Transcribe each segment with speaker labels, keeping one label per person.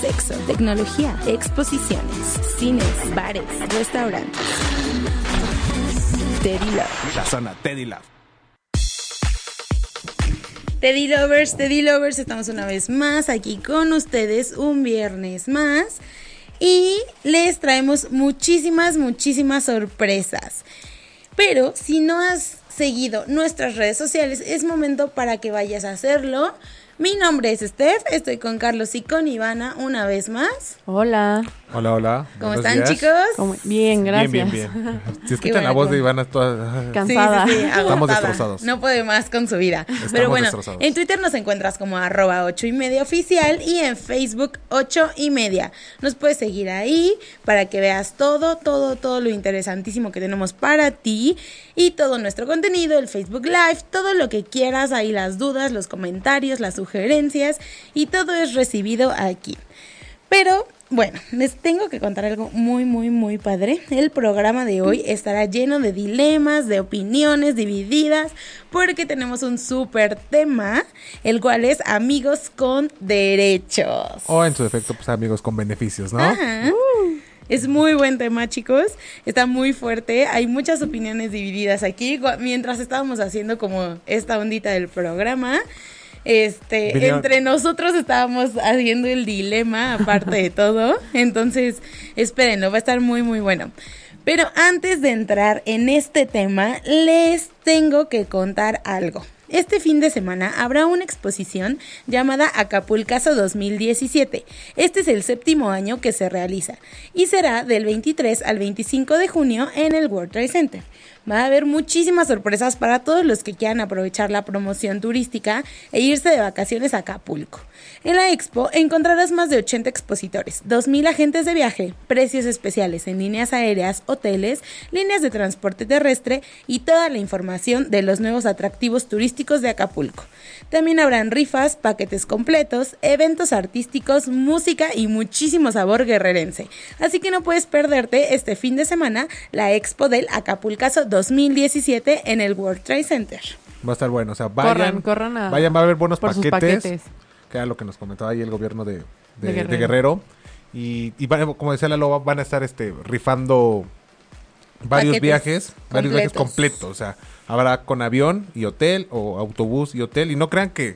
Speaker 1: Sexo, tecnología, exposiciones, cines, bares, restaurantes. Teddy Love.
Speaker 2: La zona Teddy Love.
Speaker 1: Teddy Lovers, Teddy Lovers, estamos una vez más aquí con ustedes un viernes más y les traemos muchísimas, muchísimas sorpresas. Pero si no has seguido nuestras redes sociales, es momento para que vayas a hacerlo. Mi nombre es Steph, estoy con Carlos y con Ivana una vez más.
Speaker 3: Hola.
Speaker 4: Hola, hola.
Speaker 1: ¿Cómo
Speaker 4: Buenos
Speaker 1: están
Speaker 4: días.
Speaker 1: chicos?
Speaker 3: ¿Cómo- Bien, gracias.
Speaker 4: Bien, bien, bien. Si escuchan
Speaker 1: bueno,
Speaker 4: la voz
Speaker 1: qué
Speaker 4: de Ivana, es toda...
Speaker 1: Sí, sí,
Speaker 3: Cansada.
Speaker 1: sí, agotada.
Speaker 4: destrozados.
Speaker 1: No puede más con su vida.
Speaker 4: Estamos
Speaker 1: Pero bueno,
Speaker 4: destrozados.
Speaker 1: en Twitter nos encuentras como arroba 8 y media oficial y en Facebook 8 y media. Nos puedes seguir ahí para que veas todo, todo, todo lo interesantísimo que tenemos para ti y todo nuestro contenido, el Facebook Live, todo lo que quieras, ahí las dudas, los comentarios, las sugerencias y todo es recibido aquí. Pero bueno, les tengo que contar algo muy, muy, muy padre. El programa de hoy estará lleno de dilemas, de opiniones divididas, porque tenemos un súper tema, el cual es amigos con derechos.
Speaker 4: O en su defecto, pues amigos con beneficios, ¿no?
Speaker 1: Ajá. Es muy buen tema, chicos. Está muy fuerte. Hay muchas opiniones divididas aquí. Gu- Mientras estábamos haciendo como esta ondita del programa, este,
Speaker 4: Vinieron-
Speaker 1: entre nosotros estábamos haciendo el dilema, aparte de todo. Entonces, espérenlo, va a estar muy, muy bueno. Pero antes de entrar en este tema, les tengo que contar algo. Este fin de semana habrá una exposición llamada Acapulcaso 2017. Este es el séptimo año que se realiza y será del 23 al 25 de junio en el World Trade Center. Va a haber muchísimas sorpresas para todos los que quieran aprovechar la promoción turística e irse de vacaciones a Acapulco. En la expo encontrarás más de 80 expositores, 2.000 agentes de viaje, precios especiales en líneas aéreas, hoteles, líneas de transporte terrestre y toda la información de los nuevos atractivos turísticos de Acapulco. También habrán rifas, paquetes completos, eventos artísticos, música y muchísimo sabor guerrerense. Así que no puedes perderte este fin de semana la expo del Acapulcaso 2017 en el World Trade Center.
Speaker 4: Va a estar bueno. O sea, vayan.
Speaker 3: Corran, corran a-
Speaker 4: Vayan, va a haber buenos
Speaker 3: por sus
Speaker 4: paquetes,
Speaker 3: paquetes.
Speaker 4: Que era lo que nos comentaba ahí el gobierno de, de-
Speaker 3: De
Speaker 4: de
Speaker 3: Guerrero.
Speaker 4: Guerrero. Y, y van- como decía la loba, van a estar este, rifando varios
Speaker 1: Paquetes
Speaker 4: viajes. Varios viajes
Speaker 1: completos.
Speaker 4: completos. O sea, habrá con avión y hotel o autobús y hotel. Y no crean que...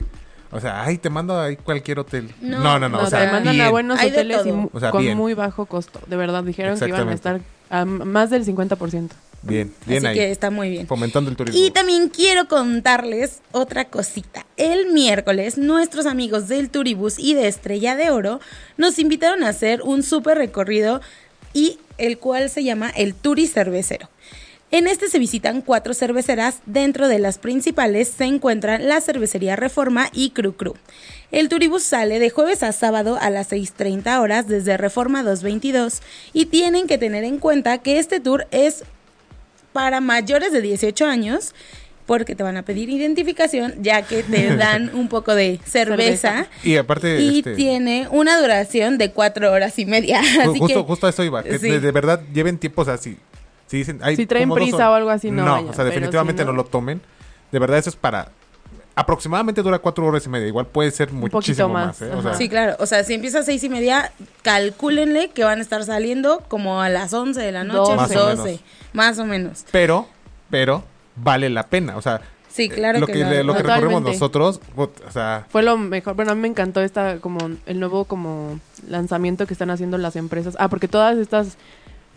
Speaker 4: O sea, ay, te mando ahí cualquier hotel.
Speaker 1: No,
Speaker 4: No, no, no.
Speaker 1: no,
Speaker 3: No,
Speaker 4: o sea,
Speaker 3: te mandan a
Speaker 4: bien.
Speaker 3: buenos
Speaker 1: Hay de
Speaker 3: hoteles y
Speaker 1: todo.
Speaker 3: mu-
Speaker 4: O sea,
Speaker 3: con
Speaker 4: bien.
Speaker 3: muy bajo costo. De verdad, dijeron que iban a estar
Speaker 4: Exactamente.
Speaker 3: a m- más del 50%.
Speaker 4: Bien, bien
Speaker 1: Así
Speaker 4: ahí.
Speaker 1: que está muy bien.
Speaker 4: Fomentando el turismo.
Speaker 1: Y también quiero contarles otra cosita. El miércoles, nuestros amigos del Turibus y de Estrella de Oro nos invitaron a hacer un súper recorrido y el cual se llama el Turi Cervecero. En este se visitan cuatro cerveceras, dentro de las principales se encuentran la cervecería Reforma y Cru Cru. El Turibus sale de jueves a sábado a las 6.30 horas desde Reforma 222 y tienen que tener en cuenta que este tour es para mayores de 18 años porque te van a pedir identificación ya que te dan un poco de cerveza,
Speaker 3: Cerveza.
Speaker 4: Y aparte,
Speaker 1: y
Speaker 4: este,
Speaker 1: tiene una duración de cuatro horas y media.
Speaker 4: ju-
Speaker 1: Así
Speaker 4: justo,
Speaker 1: que,
Speaker 4: justo a eso iba. Que
Speaker 1: sí.
Speaker 4: de, de verdad lleven tiempos así. Si dicen, ay,
Speaker 3: Si traen
Speaker 4: como dos
Speaker 3: prisa
Speaker 4: horas.
Speaker 3: o algo así, no
Speaker 4: No,
Speaker 3: vayan,
Speaker 4: o sea,
Speaker 3: pero
Speaker 4: definitivamente
Speaker 3: si no-
Speaker 4: no. lo tomen. De verdad, eso es para. Aproximadamente dura cuatro horas y media. Igual puede ser
Speaker 3: poquito
Speaker 4: muchísimo
Speaker 3: más,
Speaker 4: más. ¿eh? O
Speaker 3: ajá.
Speaker 4: sea,
Speaker 1: Sí, claro. O sea, si empieza a seis y media, calcúlenle que van a estar saliendo como a las 11 de la noche, 12,
Speaker 4: Más
Speaker 1: más
Speaker 4: o
Speaker 1: o
Speaker 4: menos.
Speaker 1: menos.
Speaker 4: Pero, pero, vale la pena. O sea,
Speaker 1: Sí, claro
Speaker 4: lo
Speaker 1: que
Speaker 4: que,
Speaker 1: lo
Speaker 4: le- lo que
Speaker 3: vale.
Speaker 4: recorremos
Speaker 3: Totalmente.
Speaker 4: nosotros, put, o sea,
Speaker 3: Fue lo mejor. Bueno, a mí me encantó esta como el nuevo como lanzamiento que están haciendo las empresas. Ah, porque todas estas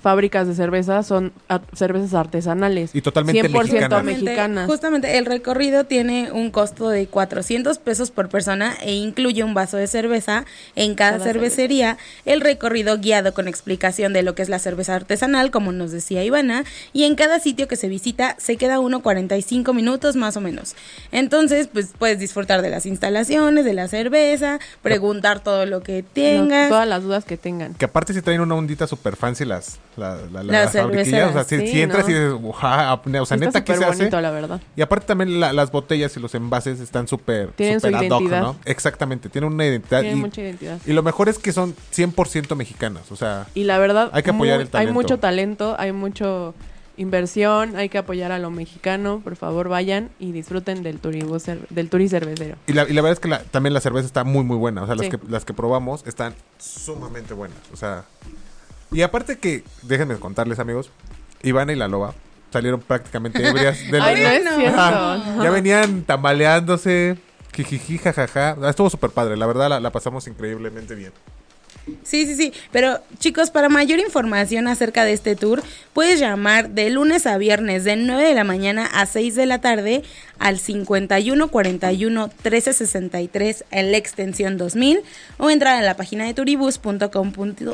Speaker 3: fábricas de cerveza son ar- cervezas artesanales.
Speaker 4: Y totalmente
Speaker 3: 100%
Speaker 4: mexicanas.
Speaker 3: mexicanas.
Speaker 1: Justamente el recorrido tiene un costo de 400 pesos por persona e incluye un vaso de cerveza en cada,
Speaker 3: Cada
Speaker 1: cervecería, el recorrido guiado con explicación de lo que es la cerveza artesanal, como nos decía Ivana, y en cada sitio que se visita se queda uno 45 minutos más o menos. Entonces, pues puedes disfrutar de las instalaciones, de la cerveza, preguntar todo lo que tengas.
Speaker 3: No, todas las dudas que tengan.
Speaker 4: Que aparte si traen una ondita super fancy las, la- la- la-
Speaker 1: Las
Speaker 4: las fabriquillas. O sea, si,
Speaker 3: cerveceras,
Speaker 4: si
Speaker 3: sí,
Speaker 4: entras
Speaker 3: ¿no?
Speaker 4: y dices, "Ujá", o sea,
Speaker 3: Está
Speaker 4: neta, aquí
Speaker 3: súper
Speaker 4: se hace.
Speaker 3: bonito, la verdad.
Speaker 4: Y aparte también la- las botellas y los envases están súper
Speaker 3: Tienen
Speaker 4: súper
Speaker 3: su
Speaker 4: ad hoc,
Speaker 3: identidad.
Speaker 4: ¿no? Exactamente, tienen una identidad.
Speaker 3: Tienen
Speaker 4: y,
Speaker 3: mucha identidad.
Speaker 4: y lo mejor es que son 100% mexicanas, o sea,
Speaker 3: Y la verdad,
Speaker 4: Hay que apoyar
Speaker 3: muy-
Speaker 4: el talento.
Speaker 3: Hay mucho talento, hay mucho inversión, hay que apoyar a lo mexicano. Por favor, vayan y disfruten del turismo cer- del turi cervecero.
Speaker 4: y la, y la verdad es que la- también la cerveza está muy muy buena, o sea,
Speaker 3: Sí.
Speaker 4: las que las que probamos están sumamente buenas, o sea, y aparte que déjenme contarles, amigos, Ivana y la Loba salieron prácticamente ebrias de la-
Speaker 3: Ay, no es
Speaker 1: no.
Speaker 3: cierto.
Speaker 4: Ajá. Ya venían tambaleándose. Jijiji, jajaja. Estuvo súper padre. La verdad, la, la pasamos increíblemente bien.
Speaker 1: Sí, sí, sí. Pero chicos, para mayor información acerca de este tour, puedes llamar de lunes a viernes de 9 de la mañana a 6 de la tarde al 5141 1363 en la extensión 2000 o entrar a la página de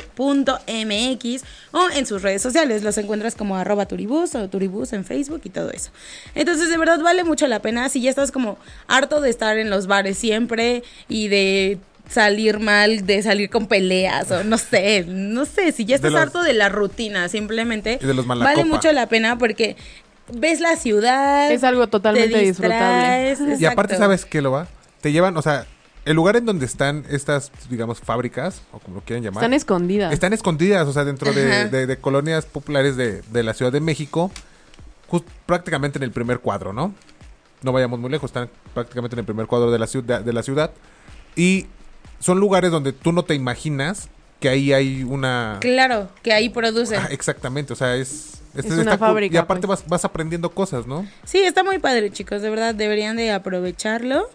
Speaker 1: turibus.com.mx o en sus redes sociales. Los encuentras como arroba turibus o turibus en Facebook y todo eso. Entonces, de verdad vale mucho la pena si ya estás como harto de estar en los bares siempre y de salir mal, de salir con peleas o no sé, no sé, si ya estás
Speaker 4: De los-
Speaker 1: harto de la rutina, simplemente
Speaker 4: Y de los mala
Speaker 1: vale
Speaker 4: copa.
Speaker 1: mucho la pena porque ves la ciudad.
Speaker 3: Es algo totalmente disfrutable.
Speaker 1: distraes,
Speaker 4: Y aparte,
Speaker 1: exacto.
Speaker 4: ¿sabes qué, Loba? Te llevan, o sea, el lugar en donde están estas, digamos, fábricas, o como lo quieran llamar.
Speaker 3: Están escondidas.
Speaker 4: Están escondidas, o sea, dentro
Speaker 1: Ajá.
Speaker 4: de, de- de colonias populares de, de la Ciudad de México, jus- prácticamente en el primer cuadro, ¿no? No vayamos muy lejos, están prácticamente en el primer cuadro de la, ciudad, de la ciudad. Y son lugares donde tú no te imaginas que ahí hay una...
Speaker 1: Claro, que ahí producen.
Speaker 4: Ah, exactamente, o sea, es...
Speaker 3: Es una
Speaker 4: está cool.
Speaker 3: fábrica,
Speaker 4: Y aparte
Speaker 3: pues.
Speaker 4: vas, vas aprendiendo cosas, ¿no?
Speaker 1: Sí, está muy padre, chicos, de verdad deberían de aprovecharlo.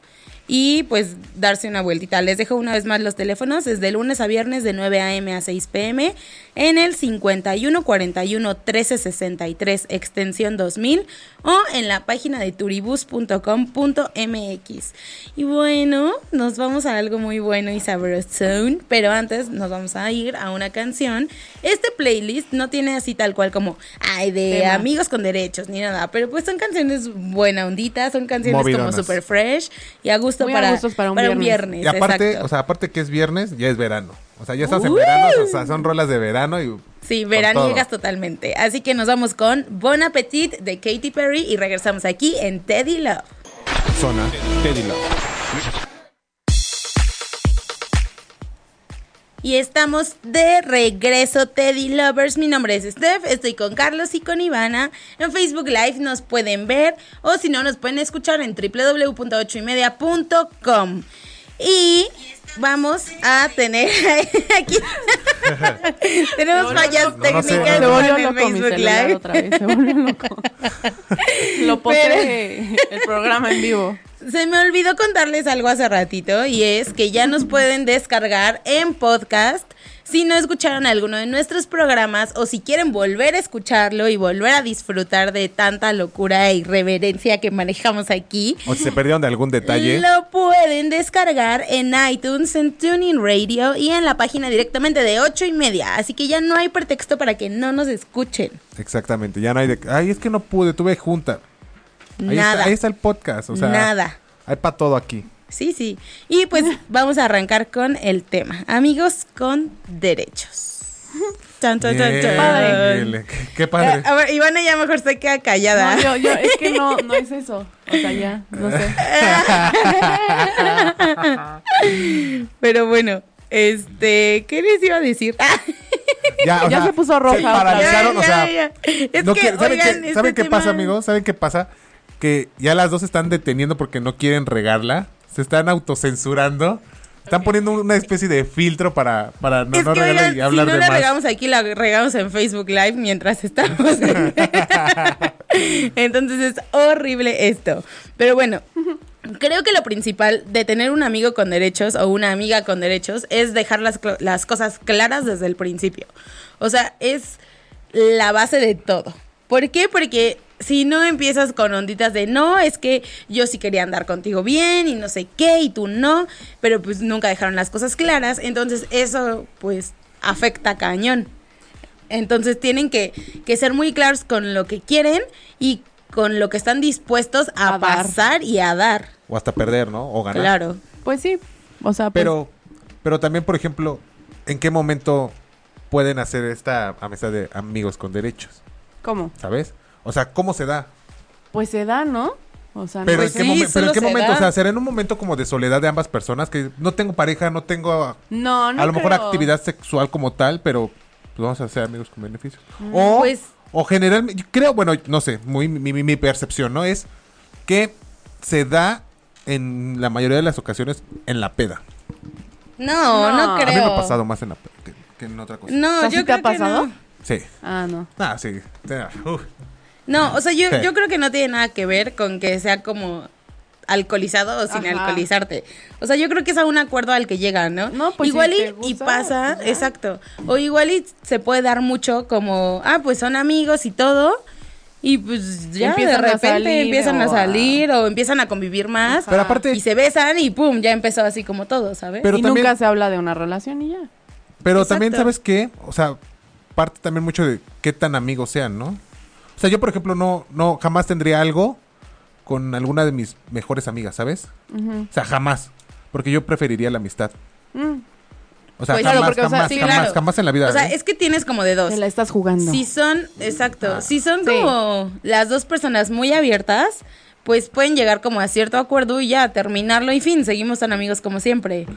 Speaker 1: Y pues darse una vueltita. Les dejo una vez más los teléfonos. Es de lunes a viernes de 9 a.m. a 6 p.m. en el 5141 1363 extensión 2000 o en la página de turibus.com.mx. Y bueno, nos vamos a algo muy bueno y sabrosón, pero antes nos vamos a ir a una canción. Este playlist no tiene así tal cual como, ay, de
Speaker 3: Tema.
Speaker 1: amigos con derechos ni nada, pero pues son canciones buena ondita, son canciones
Speaker 4: Movidonas.
Speaker 1: como super fresh y a gusto
Speaker 3: Muy a
Speaker 1: para,
Speaker 3: gustos para un viernes.
Speaker 4: Y aparte,
Speaker 1: exacto.
Speaker 4: o sea, aparte que es viernes, ya es verano. O sea, ya estás en
Speaker 1: ¡Uh!
Speaker 4: verano, o sea, son rolas de verano y...
Speaker 1: Sí,
Speaker 4: con
Speaker 1: veraniegas
Speaker 4: todo.
Speaker 1: totalmente. Así que nos vamos con Bon Appetit de Katy Perry y regresamos aquí en Teddy Love.
Speaker 4: Zona, Teddy Love.
Speaker 1: Y estamos de regreso, Teddy Lovers. Mi nombre es Steph, estoy con Carlos y con Ivana. En Facebook Live nos pueden ver o si no, nos pueden escuchar en www.ochoymedia.com. Y vamos a tener aquí. Tenemos fallas
Speaker 4: no, no sé,
Speaker 1: técnicas
Speaker 4: no,
Speaker 3: se
Speaker 4: no.
Speaker 3: volvió
Speaker 1: en el
Speaker 3: loco mi
Speaker 1: Facebook
Speaker 3: celular
Speaker 1: Live.
Speaker 3: otra vez, se volvió loco. Lo posee el programa en vivo.
Speaker 1: Se me olvidó contarles algo hace ratito y es que ya nos pueden descargar en podcast. Si no escucharon alguno de nuestros programas o si quieren volver a escucharlo y volver a disfrutar de tanta locura e irreverencia que manejamos aquí,
Speaker 4: O si se perdieron de algún detalle.
Speaker 1: lo pueden descargar en iTunes, en Tuning Radio y en la página directamente de 8 y media. Así que ya no hay pretexto para que no nos escuchen.
Speaker 4: Exactamente, ya no hay de... Ay, es que no pude, tuve junta. Ahí,
Speaker 1: Nada.
Speaker 4: Está, ahí está el podcast, o sea...
Speaker 1: Nada.
Speaker 4: Hay para todo aquí.
Speaker 1: Sí, sí. Y pues vamos a arrancar con el tema. Amigos con derechos. Chan, chan, chan, chan.
Speaker 4: Padre. Qué, qué padre.
Speaker 1: Eh, a ver, Ivana ya mejor se queda callada.
Speaker 3: No, yo, yo, es que no, no es eso. O sea, ya, no sé.
Speaker 1: Pero bueno, este, ¿qué les iba a decir? Ah,
Speaker 4: o
Speaker 3: Ya se puso roja
Speaker 4: Se
Speaker 3: otra vez.
Speaker 4: paralizaron, o sea...
Speaker 1: ya, ya. Es
Speaker 4: no
Speaker 1: que,
Speaker 4: quiere- ¿Saben,
Speaker 1: oigan,
Speaker 4: qué,
Speaker 1: este
Speaker 4: saben qué
Speaker 1: tema-
Speaker 4: pasa, amigos? ¿Saben qué pasa? Que ya las dos se están deteniendo porque no quieren regarla. Se están autocensurando. Están poniendo una especie de filtro para, para no,
Speaker 1: es
Speaker 4: no
Speaker 1: que,
Speaker 4: regarla
Speaker 1: oigan,
Speaker 4: y hablar
Speaker 1: si no
Speaker 4: de
Speaker 1: la
Speaker 4: más.
Speaker 1: regamos aquí, la regamos en Facebook Live mientras estamos. Entonces es horrible esto. Pero bueno, creo que lo principal de tener un amigo con derechos o una amiga con derechos es dejar las, cl- las cosas claras desde el principio. O sea, es la base de todo. ¿Por qué? Porque si no empiezas con onditas de no, es que yo sí quería andar contigo bien y no sé qué y tú no, pero pues nunca dejaron las cosas claras, entonces eso pues afecta cañón. Entonces tienen que, que ser muy claros con lo que quieren y con lo que están dispuestos a,
Speaker 3: A dar.
Speaker 1: pasar y a dar.
Speaker 4: O hasta perder, ¿no? O ganar.
Speaker 1: Claro.
Speaker 3: Pues sí, o sea, pues,
Speaker 4: Pero, pero también, por ejemplo, ¿en qué momento pueden hacer esta amistad de amigos con derechos?
Speaker 3: ¿cómo?
Speaker 4: ¿Sabes? O sea, ¿cómo se da?
Speaker 3: Pues se da, ¿no? O sea,
Speaker 4: Pero,
Speaker 1: Pues
Speaker 4: ¿en, qué
Speaker 1: sí,
Speaker 4: momen- pero
Speaker 1: solo
Speaker 4: ¿en qué
Speaker 1: se
Speaker 4: momento?
Speaker 1: da.
Speaker 4: O sea, ¿será en un momento como de soledad de ambas personas? Que no tengo pareja, no tengo a,
Speaker 3: no, no,
Speaker 1: Ah,
Speaker 3: no
Speaker 4: a lo mejor
Speaker 3: creo.
Speaker 4: actividad sexual como tal, pero pues, vamos a ser amigos con beneficios. O,
Speaker 1: pues-
Speaker 4: o generalmente, yo creo, bueno, no sé, muy, mi, mi- mi percepción, ¿no? Es que se da en la mayoría de las ocasiones en la peda.
Speaker 1: No, no,
Speaker 3: No.
Speaker 1: creo.
Speaker 4: A mí me ha pasado más en la peda que, que en otra cosa.
Speaker 1: Oh. No,
Speaker 3: O
Speaker 1: yo
Speaker 3: sea, ¿sí te
Speaker 1: creo
Speaker 3: ha pasado?
Speaker 1: que no.
Speaker 4: Sí.
Speaker 3: Ah, no.
Speaker 4: Ah, sí. Ah, uf.
Speaker 1: No, o sea, yo,
Speaker 4: Sí.
Speaker 1: yo creo que no tiene nada que ver con que sea como alcoholizado o sin
Speaker 3: Ajá.
Speaker 1: alcoholizarte. O sea, yo creo que es a un acuerdo al que llegan, ¿no?
Speaker 3: No, pues,
Speaker 1: igual
Speaker 3: si
Speaker 1: y,
Speaker 3: te gusta,
Speaker 1: y pasa,
Speaker 3: pues, ya.
Speaker 1: exacto. O igual y se puede dar mucho como, ah, pues son amigos y todo. Y pues ya
Speaker 3: Empiezan a
Speaker 1: de repente
Speaker 3: salir
Speaker 1: empiezan
Speaker 3: o
Speaker 1: a
Speaker 3: a-
Speaker 1: salir o empiezan a convivir más.
Speaker 4: Pero aparte-
Speaker 1: Y se besan y pum, ya empezó así como todo, ¿sabes?
Speaker 4: Pero
Speaker 3: y
Speaker 4: también-
Speaker 3: nunca se habla de una relación y ya.
Speaker 4: Pero también,
Speaker 1: Exacto.
Speaker 4: ¿sabes qué? O sea, parte también mucho de qué tan amigos sean, ¿no? O sea, yo, por ejemplo, no, no, jamás tendría algo con alguna de mis mejores amigas, ¿sabes?
Speaker 3: Ujú.
Speaker 4: O sea, jamás. Porque yo preferiría la amistad.
Speaker 3: Mm,
Speaker 4: O sea,
Speaker 1: Pues
Speaker 4: jamás,
Speaker 1: claro, porque,
Speaker 4: jamás,
Speaker 1: o sea, sí,
Speaker 4: jamás,
Speaker 1: claro.
Speaker 4: jamás en la vida.
Speaker 1: o sea,
Speaker 4: ¿eh?
Speaker 1: es que tienes como de dos.
Speaker 3: Te la estás jugando.
Speaker 1: Si son, exacto, si son
Speaker 3: Ah, Sí.
Speaker 1: como las dos personas muy abiertas, pues pueden llegar como a cierto acuerdo y ya terminarlo y fin, seguimos tan amigos como siempre.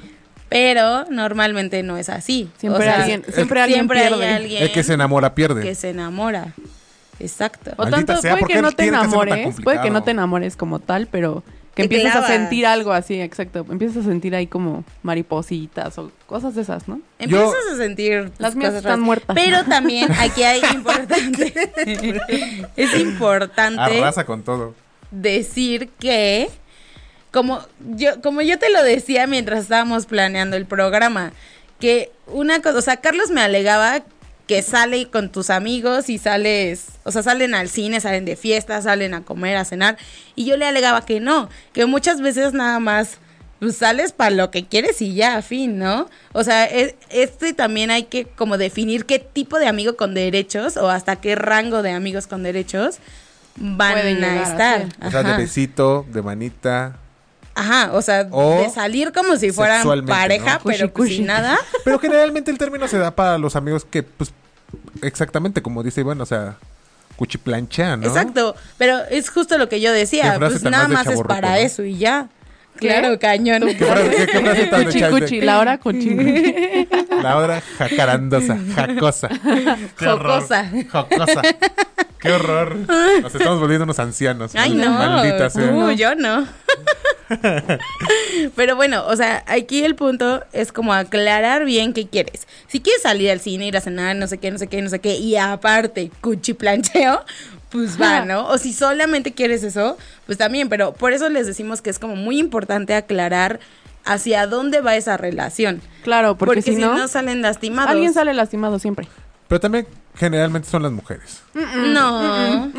Speaker 1: Pero normalmente no es así.
Speaker 3: Siempre alguien- siempre alguien pierde.
Speaker 1: hay alguien
Speaker 4: El que se enamora pierde.
Speaker 1: que se enamora. Exacto.
Speaker 3: O
Speaker 4: Maldita
Speaker 3: tanto,
Speaker 4: sea, ¿por
Speaker 3: puede
Speaker 4: qué
Speaker 3: que no te
Speaker 4: tiene que ser tan
Speaker 3: enamores, puede que no
Speaker 4: complicado?
Speaker 3: te enamores como tal, pero
Speaker 1: Te
Speaker 3: que empieces
Speaker 1: clavas.
Speaker 3: a sentir algo así, exacto. Empiezas a sentir ahí como maripositas o cosas de esas, ¿no?
Speaker 1: Empiezas
Speaker 4: Yo-
Speaker 1: a sentir tus
Speaker 3: Las mías
Speaker 1: cosas
Speaker 3: están
Speaker 1: raras.
Speaker 3: muertas.
Speaker 1: Pero también aquí hay importante. es importante.
Speaker 4: Arrasa con todo.
Speaker 1: decir que como yo como yo te lo decía mientras estábamos planeando el programa que una cosa, o sea, Carlos me alegaba que sale con tus amigos y sales, o sea, salen al cine, salen de fiesta, salen a comer, a cenar y yo le alegaba que no, que muchas veces nada más pues, sales para lo que quieres y ya, fin, ¿no? O sea, e- este también hay que como definir qué tipo de amigo con derechos o hasta qué rango de amigos con derechos van
Speaker 3: Pueden llegar
Speaker 1: a
Speaker 3: a
Speaker 1: estar.
Speaker 3: ser.
Speaker 4: O sea, de
Speaker 1: Ajá.
Speaker 4: besito, de manita.
Speaker 1: Ajá, o sea,
Speaker 4: O
Speaker 1: de salir como si fueran
Speaker 4: sexualmente,
Speaker 1: pareja,
Speaker 4: ¿no?
Speaker 1: pero
Speaker 3: Cushi,
Speaker 1: pues,
Speaker 3: cushi.
Speaker 1: sin nada.
Speaker 4: Pero generalmente el término se da para los amigos que, pues, exactamente como dice Iván, o sea, cuchiplancha, ¿no?
Speaker 1: Exacto, pero es justo lo que yo
Speaker 4: Qué
Speaker 1: decía,
Speaker 4: frase
Speaker 1: pues
Speaker 4: tan
Speaker 1: nada
Speaker 4: más de
Speaker 1: más es
Speaker 4: chavorruco,
Speaker 1: para
Speaker 4: ¿no?
Speaker 1: eso y ya.
Speaker 3: ¿Qué?
Speaker 1: Claro, cañón.
Speaker 4: ¿Qué frase, qué- qué frase tan de
Speaker 3: Cuchi,
Speaker 4: chas- de-
Speaker 3: cuchi, la hora con cuchi.
Speaker 4: La hora jacarandosa, jacosa. Qué horror.
Speaker 1: Jocosa.
Speaker 4: Jocosa. Qué horror. Nos estamos volviendo unos ancianos.
Speaker 1: Ay, no.
Speaker 4: Maldita sea.
Speaker 1: Uh, yo no. Pero bueno, o sea, aquí el punto es como aclarar bien qué quieres. Si quieres salir al cine, ir a cenar, no sé qué, no sé qué, no sé qué, y aparte cuchiplancheo, pues va, ¿no? O si solamente quieres eso, pues también, pero por eso les decimos que es como muy importante aclarar hacia dónde va esa relación.
Speaker 3: Claro, porque, si, no,
Speaker 1: salen lastimados.
Speaker 3: alguien sale lastimado siempre.
Speaker 4: Pero también generalmente son las mujeres.
Speaker 3: "Mm,
Speaker 1: No.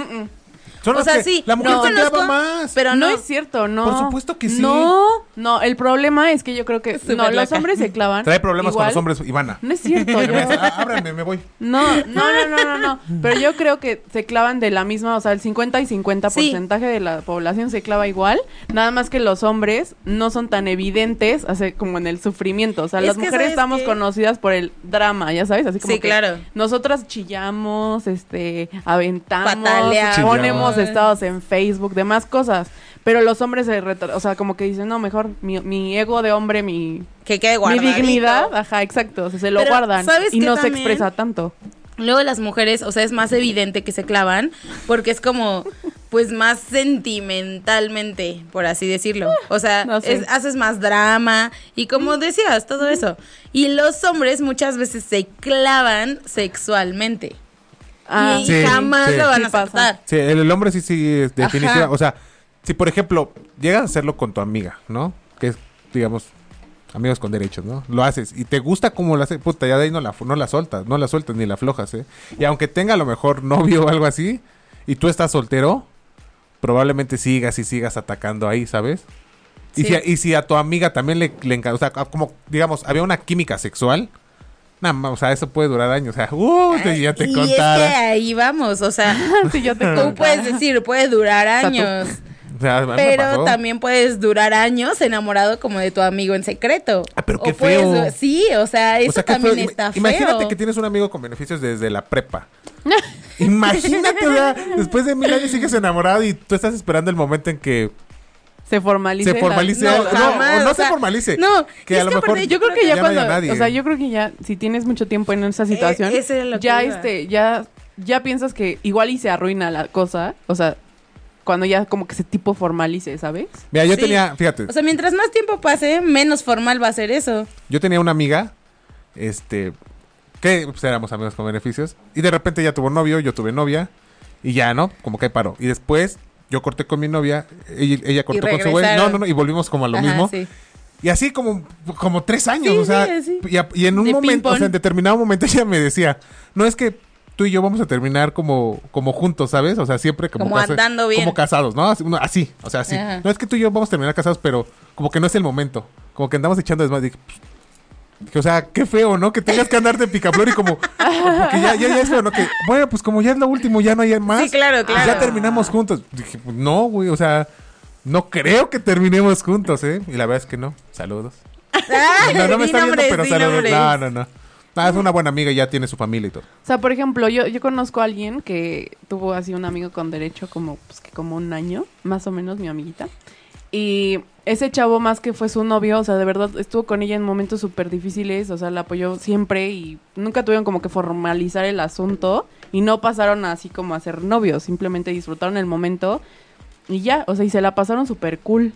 Speaker 4: Son
Speaker 1: O
Speaker 4: las
Speaker 1: sea,
Speaker 4: que-
Speaker 1: sí.
Speaker 4: La mujer
Speaker 1: no.
Speaker 4: se clava
Speaker 1: conozco,
Speaker 4: más.
Speaker 1: Pero no.
Speaker 3: es cierto, no.
Speaker 4: Por supuesto que sí.
Speaker 3: No, no, el problema es que yo creo que
Speaker 1: Súper
Speaker 3: no, los
Speaker 1: loca.
Speaker 3: hombres se clavan.
Speaker 4: Trae problemas
Speaker 3: igual.
Speaker 4: con los hombres, Ivana.
Speaker 3: No es cierto. yo-
Speaker 4: Ah, Ábrame, me voy.
Speaker 3: No, no, no, no, no, no. Pero yo creo que se clavan de la misma, o sea, el 50 y 50
Speaker 1: Sí.
Speaker 3: porcentaje de la población se clava igual. Nada más que los hombres no son tan evidentes así como en el sufrimiento. O sea,
Speaker 1: Es
Speaker 3: las
Speaker 1: que,
Speaker 3: mujeres
Speaker 1: ¿sabes
Speaker 3: estamos
Speaker 1: qué?
Speaker 3: conocidas por el drama, ya sabes, así como
Speaker 1: Sí,
Speaker 3: que
Speaker 1: claro.
Speaker 3: nosotras chillamos, este, aventamos,
Speaker 1: Pataleamos.
Speaker 3: ponemos
Speaker 4: Chillamos.
Speaker 3: estados en Facebook, demás cosas. Pero los hombres se retra- o sea, como que dicen, no, mejor mi, mi ego de hombre, mi,
Speaker 1: Que quede
Speaker 3: mi
Speaker 1: guardadito.
Speaker 3: dignidad, ajá, exacto, o sea, se lo
Speaker 1: Pero,
Speaker 3: guardan
Speaker 1: ¿sabes
Speaker 3: y
Speaker 1: qué
Speaker 3: no se
Speaker 1: también?
Speaker 3: expresa tanto.
Speaker 1: Luego las mujeres, o sea, es más evidente que se clavan porque es como, pues más sentimentalmente, por así decirlo. O sea,
Speaker 3: Ah, No sé.
Speaker 1: es- haces más drama y como decías, todo eso. Y los hombres muchas veces se clavan sexualmente. y
Speaker 4: Sí,
Speaker 1: jamás
Speaker 4: sí.
Speaker 1: lo van
Speaker 3: Ah, Sí
Speaker 1: a
Speaker 3: pasa.
Speaker 1: aceptar.
Speaker 4: Sí, el, el hombre sí, sí, es definitiva.
Speaker 1: Ajá.
Speaker 4: O sea, si por ejemplo llegas a hacerlo con tu amiga, ¿no? Que es, digamos, Amigos con derechos, ¿no? Lo haces y te gusta cómo lo haces, puta, ya de ahí no la, no la soltas, no la sueltas ni la aflojas, ¿eh? Y aunque tenga a lo mejor novio o algo así, y tú estás soltero, probablemente sigas y sigas atacando ahí, ¿sabes? Y,
Speaker 1: Sí.
Speaker 4: si a, y si a tu amiga también le, le encanta, o sea, a- como, digamos, había una química sexual, nada más, o sea, eso puede durar años, o sea, ¡uh! te- ya te
Speaker 1: y
Speaker 4: contara.
Speaker 1: es que ahí vamos, o sea,
Speaker 3: Si yo te
Speaker 1: tú puedes decir, puede durar
Speaker 3: sea, tú-
Speaker 1: años,
Speaker 4: O sea, a mí Ah, me
Speaker 1: pero
Speaker 4: pasó.
Speaker 1: también puedes durar años enamorado como de tu amigo en secreto.
Speaker 4: Ah, pero
Speaker 1: O
Speaker 4: qué
Speaker 1: puedes-
Speaker 4: feo.
Speaker 1: sí, o sea, eso
Speaker 4: O sea, qué
Speaker 1: también
Speaker 4: feo. Ima-
Speaker 1: está feo.
Speaker 4: Imagínate que tienes un amigo con beneficios desde la prepa. Imagínate, o sea, después de mil años sigues enamorado y tú estás esperando el momento en que
Speaker 3: se formalice.
Speaker 4: se
Speaker 3: la-
Speaker 4: formalice.
Speaker 1: no,
Speaker 4: algo. No,
Speaker 1: jamás,
Speaker 4: o no
Speaker 1: o
Speaker 4: se
Speaker 1: sea,
Speaker 4: formalice.
Speaker 1: no,
Speaker 4: que
Speaker 1: es
Speaker 4: a lo
Speaker 1: que
Speaker 4: mejor.
Speaker 1: aparte
Speaker 3: Yo creo que ya,
Speaker 4: no haya
Speaker 3: cuando,
Speaker 4: nadie.
Speaker 3: o sea, yo creo que ya si tienes mucho tiempo en esa situación,
Speaker 1: Eh, ese era lo que
Speaker 3: ya
Speaker 1: iba.
Speaker 3: este, ya ya piensas que igual y se arruina la cosa, o sea, cuando ya como que ese tipo formalice, ¿sabes?
Speaker 4: Mira, yo
Speaker 1: Sí.
Speaker 4: tenía, fíjate,
Speaker 1: O sea, mientras más tiempo pase, menos formal va a ser eso.
Speaker 4: yo tenía una amiga, este, que pues, éramos amigos con beneficios, y de repente ella tuvo novio, yo tuve novia, y ya, ¿no? Como que paró. Y después yo corté con mi novia, ella, ella cortó con su güey. No,
Speaker 1: regresaron.
Speaker 4: no, no, y volvimos como a lo
Speaker 1: Ajá,
Speaker 4: mismo.
Speaker 1: sí.
Speaker 4: Y así como, como tres años,
Speaker 1: Sí,
Speaker 4: o sea,
Speaker 1: sí, sí.
Speaker 4: Y, a- y en un
Speaker 1: De
Speaker 4: momento,
Speaker 1: ping-pong.
Speaker 4: o sea, en determinado momento ella me decía, no es que tú y yo vamos a terminar como, como juntos, ¿sabes? O sea, siempre como,
Speaker 1: Como andando bien.
Speaker 4: como casados, ¿no? Así, uno- así, o sea, así.
Speaker 1: Ajá.
Speaker 4: No es que tú y yo vamos a terminar casados, pero como que no es el momento, como que andamos echando desmadre. Dije, "Pff". Dije, o sea, qué feo, ¿no? Que tengas que andar de picaflor y como, como que ya, ya, ya es feo, ¿no? Que, bueno, pues como ya es lo último, ya no hay más.
Speaker 1: Sí, claro,
Speaker 4: pues Ya
Speaker 1: claro.
Speaker 4: terminamos juntos. Dije, pues, no, güey, o sea, no creo que terminemos juntos, ¿eh? Y la verdad es que no. Saludos.
Speaker 1: Ay,
Speaker 4: No, no
Speaker 1: di
Speaker 4: me está viendo,
Speaker 1: nombres,
Speaker 4: pero
Speaker 1: di
Speaker 4: saludos.
Speaker 1: nombres.
Speaker 4: No, no, no. Ah, es una buena amiga y ya tiene su familia y todo.
Speaker 3: O sea, por ejemplo, yo, yo conozco a alguien que tuvo así un amigo con derecho como, pues, que como un año, más o menos, mi amiguita. Y ese chavo más que fue su novio, o sea, de verdad estuvo con ella en momentos súper difíciles, o sea, la apoyó siempre y nunca tuvieron como que formalizar el asunto y no pasaron así como a ser novios, simplemente disfrutaron el momento y ya, o sea, y se la pasaron súper cool,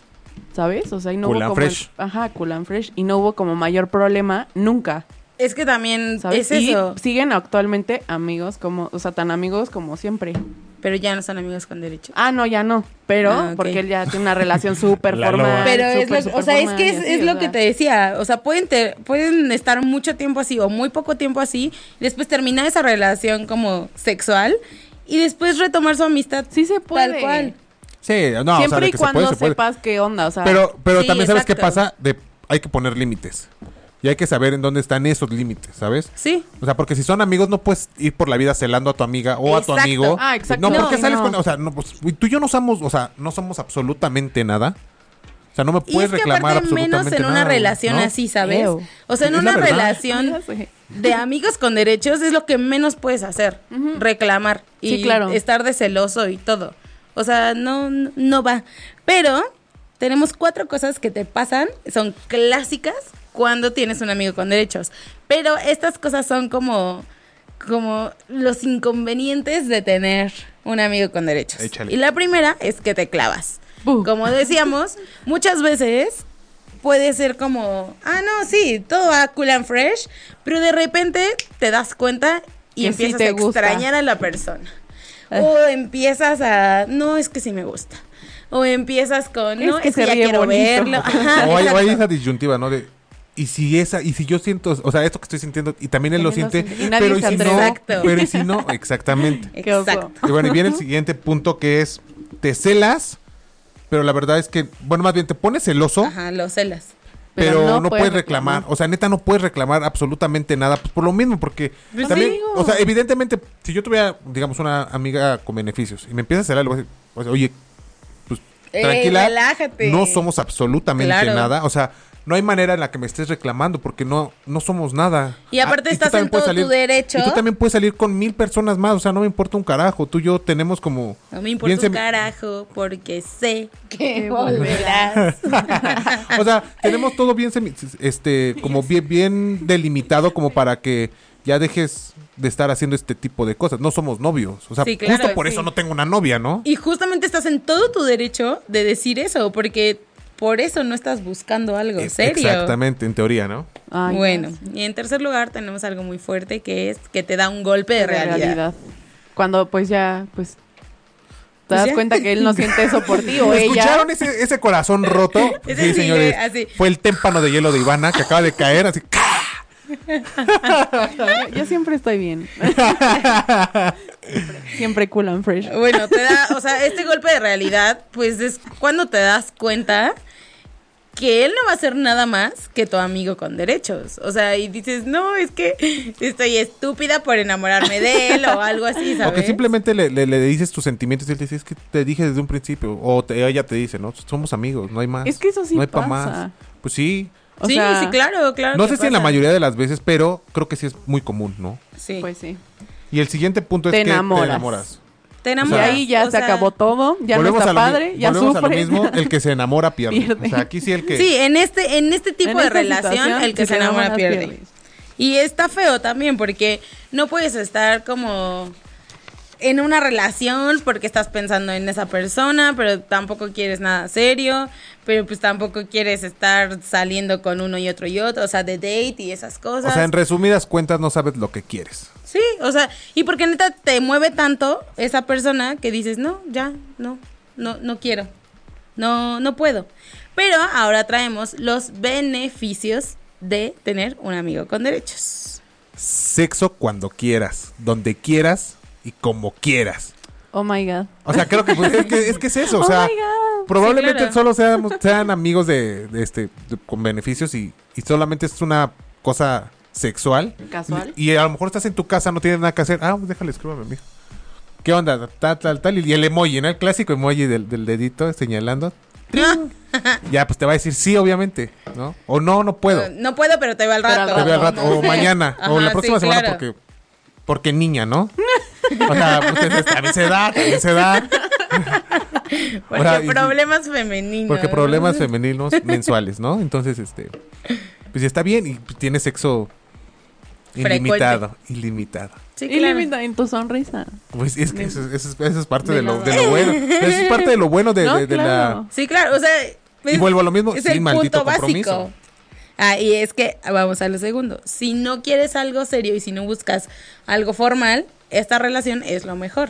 Speaker 3: ¿sabes? O sea, y no
Speaker 4: Cool
Speaker 3: hubo
Speaker 4: and
Speaker 3: como...
Speaker 4: fresh.
Speaker 3: Ajá, cool and fresh. Y no hubo como mayor problema nunca.
Speaker 1: Es que también
Speaker 3: ¿sabes?
Speaker 1: es
Speaker 3: y
Speaker 1: eso.
Speaker 3: siguen actualmente amigos como, o sea, tan amigos como siempre.
Speaker 1: Pero ya no son amigos con derecho.
Speaker 3: Ah, no, ya no, pero
Speaker 1: Ah, ok.
Speaker 3: porque él ya tiene una relación súper
Speaker 4: La
Speaker 3: formal.
Speaker 4: loba.
Speaker 1: Pero es
Speaker 3: súper,
Speaker 1: lo, o
Speaker 3: súper
Speaker 1: sea, es
Speaker 3: formal
Speaker 1: que
Speaker 3: y
Speaker 1: es,
Speaker 3: así,
Speaker 1: es
Speaker 3: o
Speaker 1: lo
Speaker 3: sea.
Speaker 1: que te decía. O sea, pueden, te- pueden estar mucho tiempo así o muy poco tiempo así. Después terminar esa relación como sexual y después retomar su amistad.
Speaker 3: Sí se puede.
Speaker 1: Tal cual.
Speaker 4: Sí, no,
Speaker 3: Siempre
Speaker 4: o sea, de
Speaker 3: y
Speaker 4: que se
Speaker 3: cuando
Speaker 4: puede, se puede.
Speaker 3: sepas qué onda, o sea.
Speaker 4: Pero, pero
Speaker 1: Sí,
Speaker 4: también sabes qué
Speaker 1: exacto.
Speaker 4: pasa, de, hay que poner límites. Y hay que saber en dónde están esos límites, ¿sabes?
Speaker 1: Sí.
Speaker 4: O sea, porque si son amigos, no puedes ir por la vida celando a tu amiga o a tu
Speaker 1: Exacto.
Speaker 4: amigo.
Speaker 3: Ah, exacto.
Speaker 4: No,
Speaker 3: No,
Speaker 4: porque sales
Speaker 3: no.
Speaker 4: con. O sea, no, pues, tú y yo no somos, o sea, no somos absolutamente nada. O sea, no me
Speaker 1: Y es
Speaker 4: puedes
Speaker 1: que
Speaker 4: reclamar
Speaker 1: aparte
Speaker 4: absolutamente
Speaker 1: menos en
Speaker 4: nada,
Speaker 1: una
Speaker 4: güey,
Speaker 1: relación
Speaker 4: ¿no?
Speaker 1: así, ¿sabes?
Speaker 3: Ew.
Speaker 1: O sea, en
Speaker 4: Es la
Speaker 1: una
Speaker 4: verdad.
Speaker 1: relación de amigos con derechos es lo que menos puedes hacer. Reclamar y
Speaker 3: Sí, claro.
Speaker 1: estar de celoso y todo. O sea, no, no va. Pero tenemos cuatro cosas que te pasan, son clásicas cuando tienes un amigo con derechos. Pero estas cosas son como, como los inconvenientes de tener un amigo con derechos.
Speaker 4: Échale.
Speaker 1: Y la primera es que te clavas.
Speaker 3: Bu.
Speaker 1: Como decíamos, muchas veces puede ser como, ah, no, sí, todo va cool and fresh, pero de repente te das cuenta y
Speaker 3: Que sí
Speaker 1: empiezas
Speaker 3: te
Speaker 1: a
Speaker 3: gusta. Ah.
Speaker 1: extrañar a la persona. O empiezas a, no, es que sí me gusta. O empiezas con,
Speaker 3: Es
Speaker 1: no,
Speaker 3: que
Speaker 1: es que
Speaker 3: se
Speaker 1: ya
Speaker 3: ríe
Speaker 1: quiero
Speaker 3: bonito".
Speaker 1: verlo. Ajá,
Speaker 4: O hay, o hay
Speaker 1: exacto.
Speaker 4: esa disyuntiva, ¿no? De, y si esa, y si yo siento, o sea, esto que estoy sintiendo, y también él lo
Speaker 3: También lo
Speaker 4: siente,
Speaker 3: siente. Y nadie
Speaker 4: pero
Speaker 3: se
Speaker 4: y si
Speaker 3: atreve.
Speaker 4: no,
Speaker 1: Exacto.
Speaker 4: pero y si no, exactamente.
Speaker 3: Qué oso.
Speaker 1: Exacto.
Speaker 4: Y bueno, y viene el siguiente punto que es, te celas, pero la verdad es que, bueno, más bien te pones celoso,
Speaker 1: Ajá, lo celas.
Speaker 4: pero, no, puedes reclamar. O sea, neta, no puedes reclamar absolutamente nada, pues por lo mismo, porque
Speaker 3: Pues
Speaker 4: también,
Speaker 3: sí.
Speaker 4: o sea, evidentemente, si yo tuviera, digamos, una amiga con beneficios, y me empieza a celar, le voy a decir, o sea, oye, pues,
Speaker 1: Ey,
Speaker 4: tranquila,
Speaker 1: Eh, relájate.
Speaker 4: no somos absolutamente
Speaker 1: Claro.
Speaker 4: nada, o sea, no hay manera en la que me estés reclamando, porque no, no somos nada. Ah,
Speaker 1: Y aparte
Speaker 4: tú
Speaker 1: estás
Speaker 4: también
Speaker 1: en
Speaker 4: puedes
Speaker 1: todo tu derecho.
Speaker 4: Y tú también puedes salir con mil personas más, o sea, no me importa un carajo, tú y yo tenemos como...
Speaker 1: No me
Speaker 4: bien
Speaker 1: importa
Speaker 4: se
Speaker 1: un
Speaker 4: me-
Speaker 1: carajo porque sé que
Speaker 3: Que
Speaker 1: volverás.
Speaker 4: O sea, tenemos todo bien, semi- este, como bien, bien delimitado como para que ya dejes de estar haciendo este tipo de cosas. No somos novios. O sea,
Speaker 1: Sí, claro,
Speaker 4: justo por
Speaker 1: sí.
Speaker 4: eso no tengo una novia, ¿no?
Speaker 1: Y justamente estás en todo tu derecho de decir eso, porque por eso no estás buscando algo
Speaker 4: Es-
Speaker 1: serio.
Speaker 4: E- Exactamente, en teoría, ¿no?
Speaker 3: Ay,
Speaker 1: bueno,
Speaker 3: no,
Speaker 1: y en tercer lugar tenemos algo muy fuerte que es que te da un golpe de,
Speaker 3: de
Speaker 1: realidad.
Speaker 3: realidad. Cuando pues ya, pues te
Speaker 1: Pues
Speaker 3: das
Speaker 1: ya.
Speaker 3: cuenta que él no siente eso por ti o ella.
Speaker 4: ¿Escucharon ese, ese corazón roto?
Speaker 1: Ese
Speaker 4: sí,
Speaker 1: sí,
Speaker 4: señores.
Speaker 1: güey, así.
Speaker 4: Fue el témpano de hielo de Ivana que acaba de caer así.
Speaker 3: Yo, yo siempre estoy bien. siempre cool and fresh.
Speaker 1: Bueno, te da, o sea, este golpe de realidad, pues es cuando te das cuenta que él no va a ser nada más que tu amigo con derechos. O sea, y dices, no, es que estoy estúpida por enamorarme de él o algo así,
Speaker 4: O
Speaker 1: ¿sabes?
Speaker 4: que simplemente le, le- le dices tus sentimientos y él te dice, es que te dije desde un principio. O te- ella te dice, no, somos amigos, no hay más.
Speaker 3: Es que eso sí
Speaker 4: No hay pa'
Speaker 3: pasa.
Speaker 4: más. Pues sí.
Speaker 3: O
Speaker 1: sí,
Speaker 3: sea,
Speaker 1: sí, claro,
Speaker 3: Ah,
Speaker 1: claro.
Speaker 4: No sé
Speaker 1: que
Speaker 4: si en la
Speaker 1: pasa.
Speaker 4: mayoría de las veces, pero creo que sí es muy común, ¿no?
Speaker 1: Sí.
Speaker 3: Pues sí.
Speaker 4: Y el siguiente punto es
Speaker 3: Te
Speaker 4: que
Speaker 3: enamoras.
Speaker 4: te enamoras.
Speaker 1: te
Speaker 3: Y
Speaker 1: enamoras.
Speaker 3: ahí ya
Speaker 1: o
Speaker 3: se
Speaker 1: sea,
Speaker 3: acabó todo. Ya
Speaker 4: Volvemos
Speaker 3: no
Speaker 4: a
Speaker 3: está
Speaker 4: lo mi-
Speaker 3: padre. Ya
Speaker 4: volvemos
Speaker 3: sufre.
Speaker 4: a lo mismo, el que se enamora pierde.
Speaker 3: Pierde.
Speaker 4: O sea, aquí sí el que...
Speaker 1: Sí, en este, en este tipo
Speaker 3: En
Speaker 1: de
Speaker 3: esta
Speaker 1: relación,
Speaker 3: situación,
Speaker 1: el que
Speaker 3: si
Speaker 1: se
Speaker 3: te
Speaker 1: enamora
Speaker 3: enamoras,
Speaker 1: pierde.
Speaker 3: pierdes.
Speaker 1: Y está feo también porque no puedes estar como en una relación porque estás pensando en esa persona, pero tampoco quieres nada serio, pero pues tampoco quieres estar saliendo con uno y otro y otro, o sea, de date y esas
Speaker 4: O
Speaker 1: cosas.
Speaker 4: sea, en resumidas cuentas no sabes lo que quieres.
Speaker 1: sí, o sea, y porque neta te mueve tanto esa persona que dices, "No, ya, no, no no quiero. No no puedo." Pero ahora traemos los beneficios de tener un amigo con derechos.
Speaker 4: Sexo cuando quieras, donde quieras y como quieras.
Speaker 3: Oh my god.
Speaker 4: O sea, creo que pues, es, que, es que es eso. O
Speaker 3: Oh
Speaker 4: sea,
Speaker 3: my God.
Speaker 4: probablemente
Speaker 1: Sí, claro.
Speaker 4: solo seamos- sean amigos de, de este de- con beneficios y, y solamente es una cosa sexual.
Speaker 3: Casual.
Speaker 4: Y, y a lo mejor estás en tu casa, no tienes nada que hacer. Ah, pues déjale, escríbame, mijo. ¿Qué onda? Tal, tal, tal. Y el emoji, ¿no? El clásico emoji del, del dedito señalando. Ya, pues te va a decir sí, obviamente, ¿no? O no, no puedo.
Speaker 1: Eh, No, No puedo, pero te veo al
Speaker 3: Pero
Speaker 1: rato.
Speaker 3: al
Speaker 4: Te veo al rato. O
Speaker 1: Ajá.
Speaker 4: mañana. o la
Speaker 1: Ah, Ajá,
Speaker 4: próxima
Speaker 1: sí,
Speaker 4: semana
Speaker 1: claro.
Speaker 4: porque, porque niña, ¿no? O sea, pues, es- es- también se da, también se da.
Speaker 1: Porque
Speaker 4: Ahora, y-
Speaker 1: problemas femeninos.
Speaker 4: Porque problemas femeninos mensuales, ¿no? Entonces, este. Pues está bien y pues, tiene sexo
Speaker 1: Frecuente.
Speaker 4: ilimitado. Ilimitado.
Speaker 1: Sí,
Speaker 3: Y
Speaker 1: claro.
Speaker 3: limita en tu sonrisa.
Speaker 4: Pues es que eso, eso es, eso es parte de,
Speaker 3: De
Speaker 4: lo,
Speaker 3: la-
Speaker 4: de lo bueno. Eso es parte de lo bueno de,
Speaker 3: No,
Speaker 4: de- de
Speaker 3: claro.
Speaker 1: Sí, claro, O sea.
Speaker 4: Y vuelvo a lo mismo,
Speaker 1: Es
Speaker 4: sí,
Speaker 1: el
Speaker 4: maldito
Speaker 1: punto básico.
Speaker 4: compromiso.
Speaker 1: Ah, y es que, ah, vamos a lo segundo. Si no quieres algo serio y si no buscas algo formal, esta relación es lo mejor.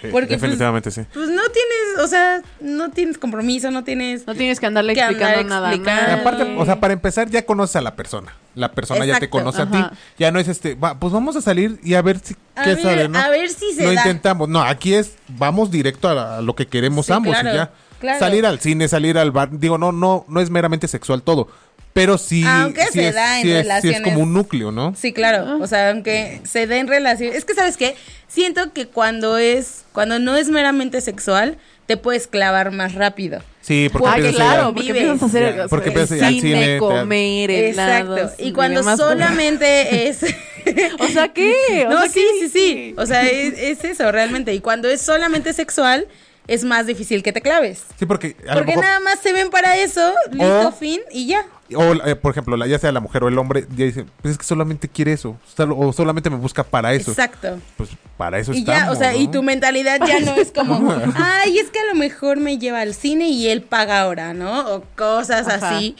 Speaker 4: la.
Speaker 1: Porque, pues,
Speaker 4: definitivamente sí.
Speaker 1: Pues no tienes, o sea, no tienes compromiso, no tienes.
Speaker 3: No tienes que andarle
Speaker 1: Que andar
Speaker 3: explicando nada. a
Speaker 1: explicando.
Speaker 4: Y
Speaker 3: nadie.
Speaker 4: aparte, o sea, para empezar, ya conoces a la persona. La persona ya te
Speaker 1: Exacto.
Speaker 4: conoce a
Speaker 3: Ajá.
Speaker 4: ti. Ya no es este, va, pues vamos a salir y a ver si
Speaker 1: A
Speaker 4: qué
Speaker 1: ver-
Speaker 4: sale, ¿no?
Speaker 1: a ver si se
Speaker 4: Lo
Speaker 1: da.
Speaker 4: intentamos. No, aquí es, vamos directo a, la- a lo que queremos
Speaker 1: Sí,
Speaker 4: ambos
Speaker 1: claro,
Speaker 4: y ya.
Speaker 1: claro.
Speaker 4: Salir al cine, salir al bar. Digo, no, no, no es meramente sexual todo. Pero sí,
Speaker 1: Aunque
Speaker 4: sí
Speaker 1: se
Speaker 4: es,
Speaker 1: da en
Speaker 4: sí es- sí es
Speaker 1: relaciones-
Speaker 4: como un núcleo, ¿no?
Speaker 1: Sí, claro. O sea, aunque se den relaciones. Es que, ¿sabes qué? Siento que cuando es. Cuando no es meramente sexual, te puedes clavar más rápido.
Speaker 4: Sí, porque
Speaker 3: Ah,
Speaker 4: empiezas a
Speaker 3: claro,
Speaker 4: ir
Speaker 3: porque
Speaker 1: vives.
Speaker 3: empiezas a hacer
Speaker 4: Ya, porque
Speaker 3: el
Speaker 4: empiezas a ir al
Speaker 3: cine,
Speaker 4: cine, te-
Speaker 3: comer, helados,
Speaker 1: Exacto. Y cuando
Speaker 3: demás
Speaker 1: solamente es.
Speaker 3: cosas. O sea, ¿qué? O
Speaker 1: no,
Speaker 3: sea,
Speaker 1: sí, sí,
Speaker 3: ¿qué
Speaker 1: sí. O sea, es, es eso realmente. Y cuando es solamente sexual, es más difícil que te claves.
Speaker 4: a- Sí, porque a lo
Speaker 1: Porque
Speaker 4: mejor- Ah,
Speaker 1: nada más se ven para eso, listo, fin, y ya.
Speaker 4: O, eh, por ejemplo, la- ya sea la mujer o el hombre, ya dice, pues es que solamente quiere eso. solo- O solamente me busca para eso.
Speaker 1: Exacto.
Speaker 4: Pues para eso
Speaker 1: Y
Speaker 4: estamos,
Speaker 1: ya, o sea, y
Speaker 4: ¿no?
Speaker 1: tu mentalidad ya no es como, ay, es que a lo mejor me lleva al cine y él paga ahora, ¿no? O cosas
Speaker 3: Ajá.
Speaker 1: así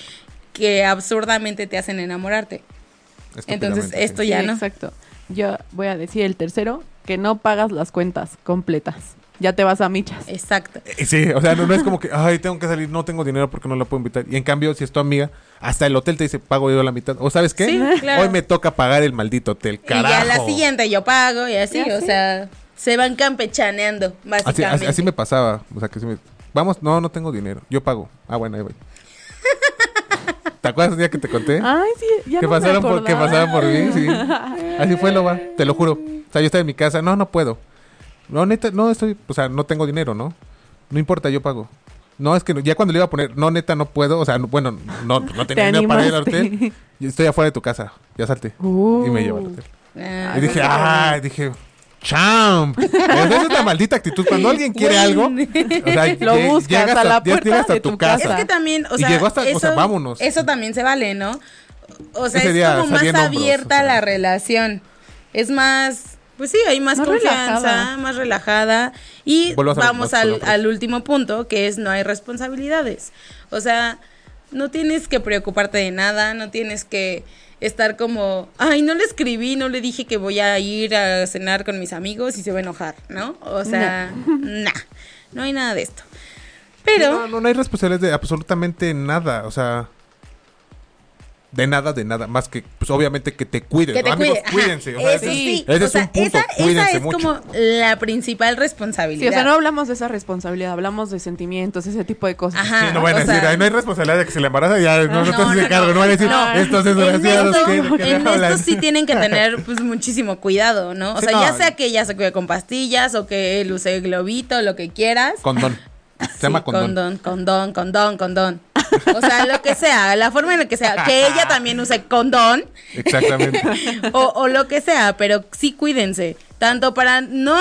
Speaker 1: que absurdamente te hacen enamorarte. Entonces,
Speaker 4: Estúpidamente,
Speaker 1: esto
Speaker 4: sí.
Speaker 3: Sí,
Speaker 1: ya no.
Speaker 3: Exacto. Yo voy a decir el tercero, que no pagas las cuentas completas. Ya te vas a michas.
Speaker 1: Exacto.
Speaker 4: Eh, Sí, o sea, no, no es como que, ay, tengo que salir, no tengo dinero porque no la puedo invitar. Y en cambio, si es tu amiga, hasta el hotel te dice, pago yo la mitad. O sabes qué,
Speaker 1: Sí, claro.
Speaker 4: hoy me toca pagar el maldito hotel, carajo.
Speaker 1: Y ya la siguiente yo pago y así,
Speaker 3: Y
Speaker 1: o
Speaker 3: así.
Speaker 1: sea, se van campechaneando,
Speaker 4: Así,
Speaker 1: básicamente.
Speaker 4: así, así me pasaba. O sea, que sí me- Vamos, no, no tengo dinero. Yo pago. Ah, bueno, ahí voy. ¿Te acuerdas el día que te conté?
Speaker 3: Ay, sí, ya
Speaker 4: que
Speaker 3: no me
Speaker 4: pasaron por, que
Speaker 3: acordaba.
Speaker 4: pasaron por mí, sí. Así fue, Loba, te lo juro. O sea, yo estaba en mi casa, no, no puedo. No, neta, no estoy, o sea, no tengo dinero, ¿no? No importa, yo pago. No, es que no- ya cuando le iba a poner, no, neta, no puedo, o sea, no- bueno, no, no tenía
Speaker 3: Te
Speaker 4: dinero para ir al
Speaker 3: animaste.
Speaker 4: hotel. Yo estoy afuera de tu casa, ya salte.
Speaker 3: Uh.
Speaker 4: Y me lleva al hotel.
Speaker 1: Ah,
Speaker 4: Y dije, ah, dije, champ. Esa es la maldita actitud. Cuando alguien quiere
Speaker 1: Güey.
Speaker 4: algo, o sea,
Speaker 3: Lo
Speaker 4: lle-
Speaker 3: buscas
Speaker 4: llegas
Speaker 3: a la
Speaker 4: lle-
Speaker 3: puerta
Speaker 4: llegas a
Speaker 3: de
Speaker 4: tu
Speaker 3: tu
Speaker 4: casa.
Speaker 3: casa.
Speaker 1: Es que también, o
Speaker 4: Y
Speaker 1: sea,
Speaker 4: llegó hasta- o sea,
Speaker 1: eso,
Speaker 4: vámonos.
Speaker 1: Eso también se vale, ¿no? O sea,
Speaker 4: Ese
Speaker 1: es
Speaker 4: día
Speaker 1: como
Speaker 4: salí en
Speaker 1: más
Speaker 4: hombros,
Speaker 1: abierta
Speaker 4: o sea.
Speaker 1: la relación. Es más, pues sí, hay más,
Speaker 3: Más
Speaker 1: confianza,
Speaker 3: relajada.
Speaker 1: más relajada. Y
Speaker 4: Volvemos a lo-
Speaker 1: vamos
Speaker 4: más
Speaker 1: al,
Speaker 4: relajada.
Speaker 1: al último punto, que es no hay responsabilidades. O sea, no tienes que preocuparte de nada, no tienes que estar como, ay, no le escribí, no le dije que voy a ir a cenar con mis amigos y se va a enojar, ¿no? O sea, nah. No hay nada de esto. Pero...
Speaker 4: No, no, no hay responsabilidades de absolutamente nada. O sea. De nada, de nada. Más que, pues obviamente que te cuiden.
Speaker 1: Que te
Speaker 4: ¿no? Amigos,
Speaker 1: cuide. Ajá,
Speaker 4: cuídense. o sea,
Speaker 1: eso
Speaker 4: ese-
Speaker 1: sí.
Speaker 4: ese
Speaker 1: O
Speaker 4: es
Speaker 1: sea,
Speaker 4: un punto,
Speaker 1: esa, esa
Speaker 4: cuídense
Speaker 1: es
Speaker 4: mucho.
Speaker 1: como la principal
Speaker 3: Sí,
Speaker 1: responsabilidad.
Speaker 3: o sea, no hablamos de esa responsabilidad, hablamos de sentimientos, ese tipo de cosas.
Speaker 1: Ajá.
Speaker 4: Sí, no van a
Speaker 1: o
Speaker 4: decir,
Speaker 1: sea-
Speaker 4: "Ay, no hay responsabilidad de que se le embaraza, ya no, no,
Speaker 1: no,
Speaker 4: te haces
Speaker 1: no,
Speaker 4: de cargo. No, van a decir,
Speaker 3: no.
Speaker 4: estos
Speaker 1: En
Speaker 4: desgraciados
Speaker 1: esto,
Speaker 4: que, que me
Speaker 1: en esto
Speaker 4: hablan".
Speaker 1: sí tienen que tener pues muchísimo cuidado, ¿no? O
Speaker 4: Sí,
Speaker 1: sea, ya
Speaker 4: no.
Speaker 1: sea que ella se cuide con pastillas o que él use globito, lo que quieras.
Speaker 4: Condón. Se
Speaker 1: Sí,
Speaker 4: llama condón.
Speaker 1: condón, condón, condón, condón. O sea, lo que sea, la forma en la que sea, que ella también use condón
Speaker 4: Exactamente.
Speaker 1: o, o lo que sea, pero sí cuídense, tanto para no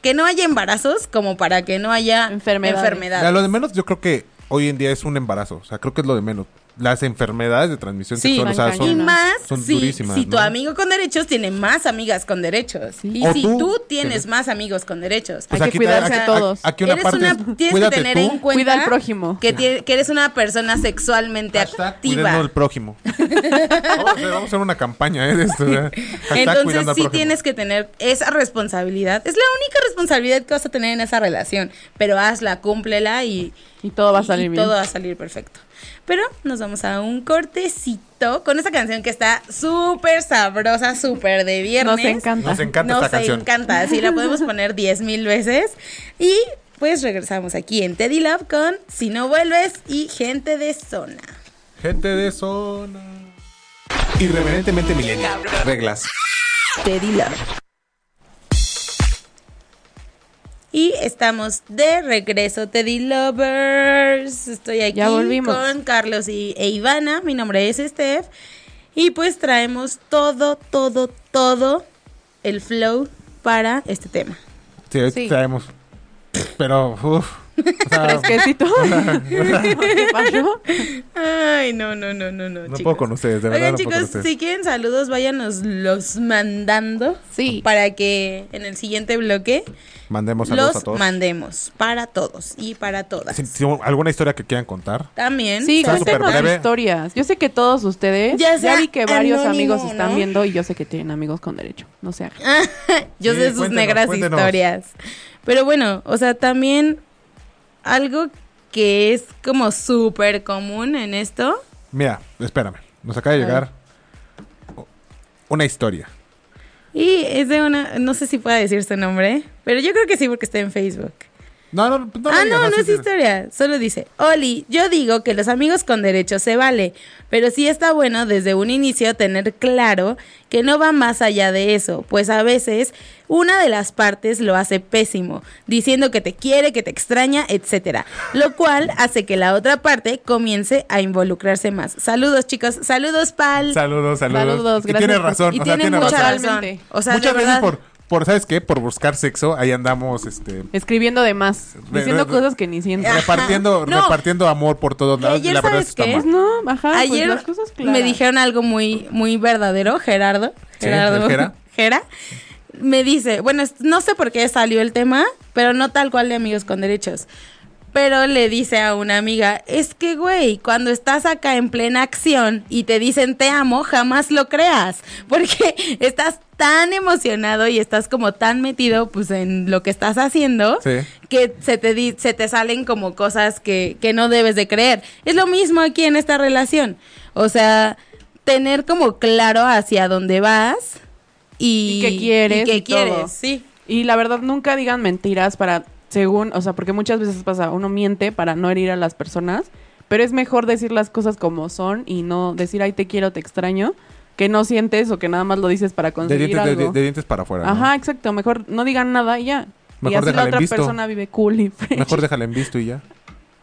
Speaker 1: que no haya embarazos como para que no haya
Speaker 3: Enfermedades.
Speaker 4: Mira,
Speaker 1: enfermedades.
Speaker 4: lo de menos yo creo que hoy en día es un embarazo. O sea, creo que es lo de menos. Las enfermedades de transmisión
Speaker 1: Sí,
Speaker 4: sexual, o sea,
Speaker 3: tan
Speaker 4: son,
Speaker 1: y
Speaker 3: cañonas.
Speaker 1: más
Speaker 4: son
Speaker 1: si,
Speaker 4: durísimas.
Speaker 1: si tu
Speaker 4: ¿no?
Speaker 1: amigo con derechos tiene más amigas con derechos. Y
Speaker 4: O
Speaker 1: si
Speaker 4: tú
Speaker 1: tú, tienes
Speaker 4: tienes-
Speaker 1: más amigos con derechos.
Speaker 3: Hay que cuidarse
Speaker 4: Pues aquí-
Speaker 3: todos.
Speaker 4: Aquí una
Speaker 1: Eres
Speaker 4: parte
Speaker 1: una-
Speaker 4: es,
Speaker 1: tienes que
Speaker 4: cuídate
Speaker 1: tener
Speaker 4: tú,
Speaker 1: en cuenta
Speaker 3: Cuida al próximo.
Speaker 1: Que, tie- que eres una persona sexualmente
Speaker 4: hashtag cuidando al
Speaker 1: activa.
Speaker 4: prójimo. vamos, a hacer, vamos a hacer una campaña ¿eh? de esto. o sea, hashtag
Speaker 1: Entonces
Speaker 4: cuidando al
Speaker 1: sí
Speaker 4: prójimo.
Speaker 1: tienes que tener esa responsabilidad. Es la única responsabilidad que vas a tener en esa relación. Pero hazla, cúmplela y,
Speaker 3: Y todo va a
Speaker 1: y-
Speaker 3: salir
Speaker 1: y
Speaker 3: bien.
Speaker 1: Todo va a salir perfecto. Pero nos vamos a un cortecito con esa canción que está súper sabrosa, súper de viernes.
Speaker 3: Nos encanta.
Speaker 4: Nos encanta
Speaker 1: Nos
Speaker 4: esta canción.
Speaker 1: encanta, sí, la podemos poner 10 mil veces. Y pues regresamos aquí en Teddy Love con Si no vuelves y gente de zona.
Speaker 4: Gente de zona. Irreverentemente milenial.
Speaker 2: Reglas.
Speaker 1: Teddy Love. Y estamos de regreso, Teddy Lovers. Estoy aquí
Speaker 3: Ya volvimos.
Speaker 1: con Carlos y, e Ivana. Mi nombre es Steph. Y pues traemos todo, todo, todo el flow para este tema.
Speaker 4: Sí, ahorita
Speaker 3: Sí.
Speaker 4: traemos. Pero, uff. O sea,
Speaker 3: Fresquecito. ¿Qué pasó?
Speaker 1: Ay, no, no, no, no, no.
Speaker 4: no puedo
Speaker 1: chicos.
Speaker 4: con ustedes, de verdad.
Speaker 1: Oigan,
Speaker 4: no puedo con
Speaker 1: chicos,
Speaker 4: ustedes.
Speaker 1: si quieren saludos, váyanos los mandando
Speaker 3: Sí.
Speaker 1: para que en el siguiente bloque
Speaker 4: Mandemos saludos
Speaker 1: los
Speaker 4: a todos.
Speaker 1: mandemos para todos y para todas.
Speaker 4: Si- si alguna historia que quieran contar.
Speaker 1: También.
Speaker 3: Sí,
Speaker 4: Está
Speaker 1: ¿saben?
Speaker 4: súper
Speaker 3: cuéntenos
Speaker 4: breve.
Speaker 3: historias. Yo sé que todos ustedes,
Speaker 1: Ya
Speaker 3: ya,
Speaker 1: sea
Speaker 3: vi que varios
Speaker 1: anónimo,
Speaker 3: amigos están
Speaker 1: ¿no?
Speaker 3: viendo y yo sé que tienen amigos con derecho. No sé.
Speaker 1: Yo
Speaker 4: Sí,
Speaker 1: sé sus
Speaker 4: cuéntenos,
Speaker 1: negras
Speaker 4: cuéntenos.
Speaker 1: historias. Pero bueno, o sea, también algo que es como súper común en esto.
Speaker 4: Mira, espérame. Nos acaba de
Speaker 3: A
Speaker 4: llegar o- una historia.
Speaker 1: Y es de una, no sé si pueda decir su nombre, pero yo creo que sí porque está en Facebook.
Speaker 4: No, no, no. no
Speaker 1: ah,
Speaker 4: digas,
Speaker 1: no, no
Speaker 4: así
Speaker 1: es
Speaker 4: te-
Speaker 1: historia. Solo dice, Oli, yo digo que los amigos con derechos se vale, pero sí está bueno desde un inicio tener claro que no va más allá de eso, pues a veces una de las partes lo hace pésimo, diciendo que te quiere, que te extraña, etcétera, lo cual hace que la otra parte comience a involucrarse más. Saludos, chicos. Saludos, pal.
Speaker 4: Saludos, saludos.
Speaker 3: Saludos,
Speaker 4: y tiene
Speaker 3: gracias.
Speaker 4: razón.
Speaker 1: y
Speaker 4: o sea,
Speaker 1: tiene,
Speaker 4: tiene
Speaker 1: mucha
Speaker 4: razón.
Speaker 1: razón.
Speaker 3: Totalmente.
Speaker 1: O sea,
Speaker 4: Muchas
Speaker 1: de
Speaker 4: veces
Speaker 1: verdad.
Speaker 4: por, por, ¿sabes qué? Por buscar sexo, ahí andamos, este...
Speaker 3: Escribiendo de más,
Speaker 4: Re-
Speaker 3: diciendo
Speaker 4: re-
Speaker 3: cosas que ni siento.
Speaker 4: Repartiendo,
Speaker 1: No.
Speaker 4: repartiendo amor por todos
Speaker 1: Y
Speaker 4: lados.
Speaker 1: ayer,
Speaker 4: y la verdad
Speaker 1: ¿sabes
Speaker 4: es que está
Speaker 1: qué?
Speaker 3: Pues
Speaker 4: mal.
Speaker 3: no, ajá, pues
Speaker 1: Ayer
Speaker 3: las cosas claras.
Speaker 1: me dijeron algo muy, muy verdadero, Gerardo.
Speaker 4: Sí, el Gera.
Speaker 1: Gera, Me dice, bueno, es- no sé por qué salió el tema, pero no tal cual de amigos con derechos. Pero le dice a una amiga, es que güey, cuando estás acá en plena acción y te dicen te amo, jamás lo creas, porque estás tan emocionado y estás como tan metido pues en lo que estás haciendo
Speaker 4: Sí.
Speaker 1: que se te, di- se te salen como cosas que, que no debes de creer. Es lo mismo aquí en esta relación. O sea, tener como claro hacia dónde vas y,
Speaker 3: Y qué quieres
Speaker 1: y qué
Speaker 3: y todo.
Speaker 1: quieres, sí.
Speaker 3: Y la verdad, nunca digan mentiras para, según, o sea, porque muchas veces pasa, uno miente para no herir a las personas, pero es mejor decir las cosas como son y no decir, ay, te quiero, te extraño, que no sientes o que nada más lo dices para
Speaker 4: De
Speaker 3: conseguir
Speaker 4: dientes, de,
Speaker 3: algo.
Speaker 4: de dientes para afuera. ¿no?
Speaker 3: Ajá, exacto, mejor no digan nada y ya. y
Speaker 4: Mejor
Speaker 3: así la
Speaker 4: déjala en
Speaker 3: otra
Speaker 4: visto.
Speaker 3: persona vive cool y fresh.
Speaker 4: Mejor déjala en visto y ya.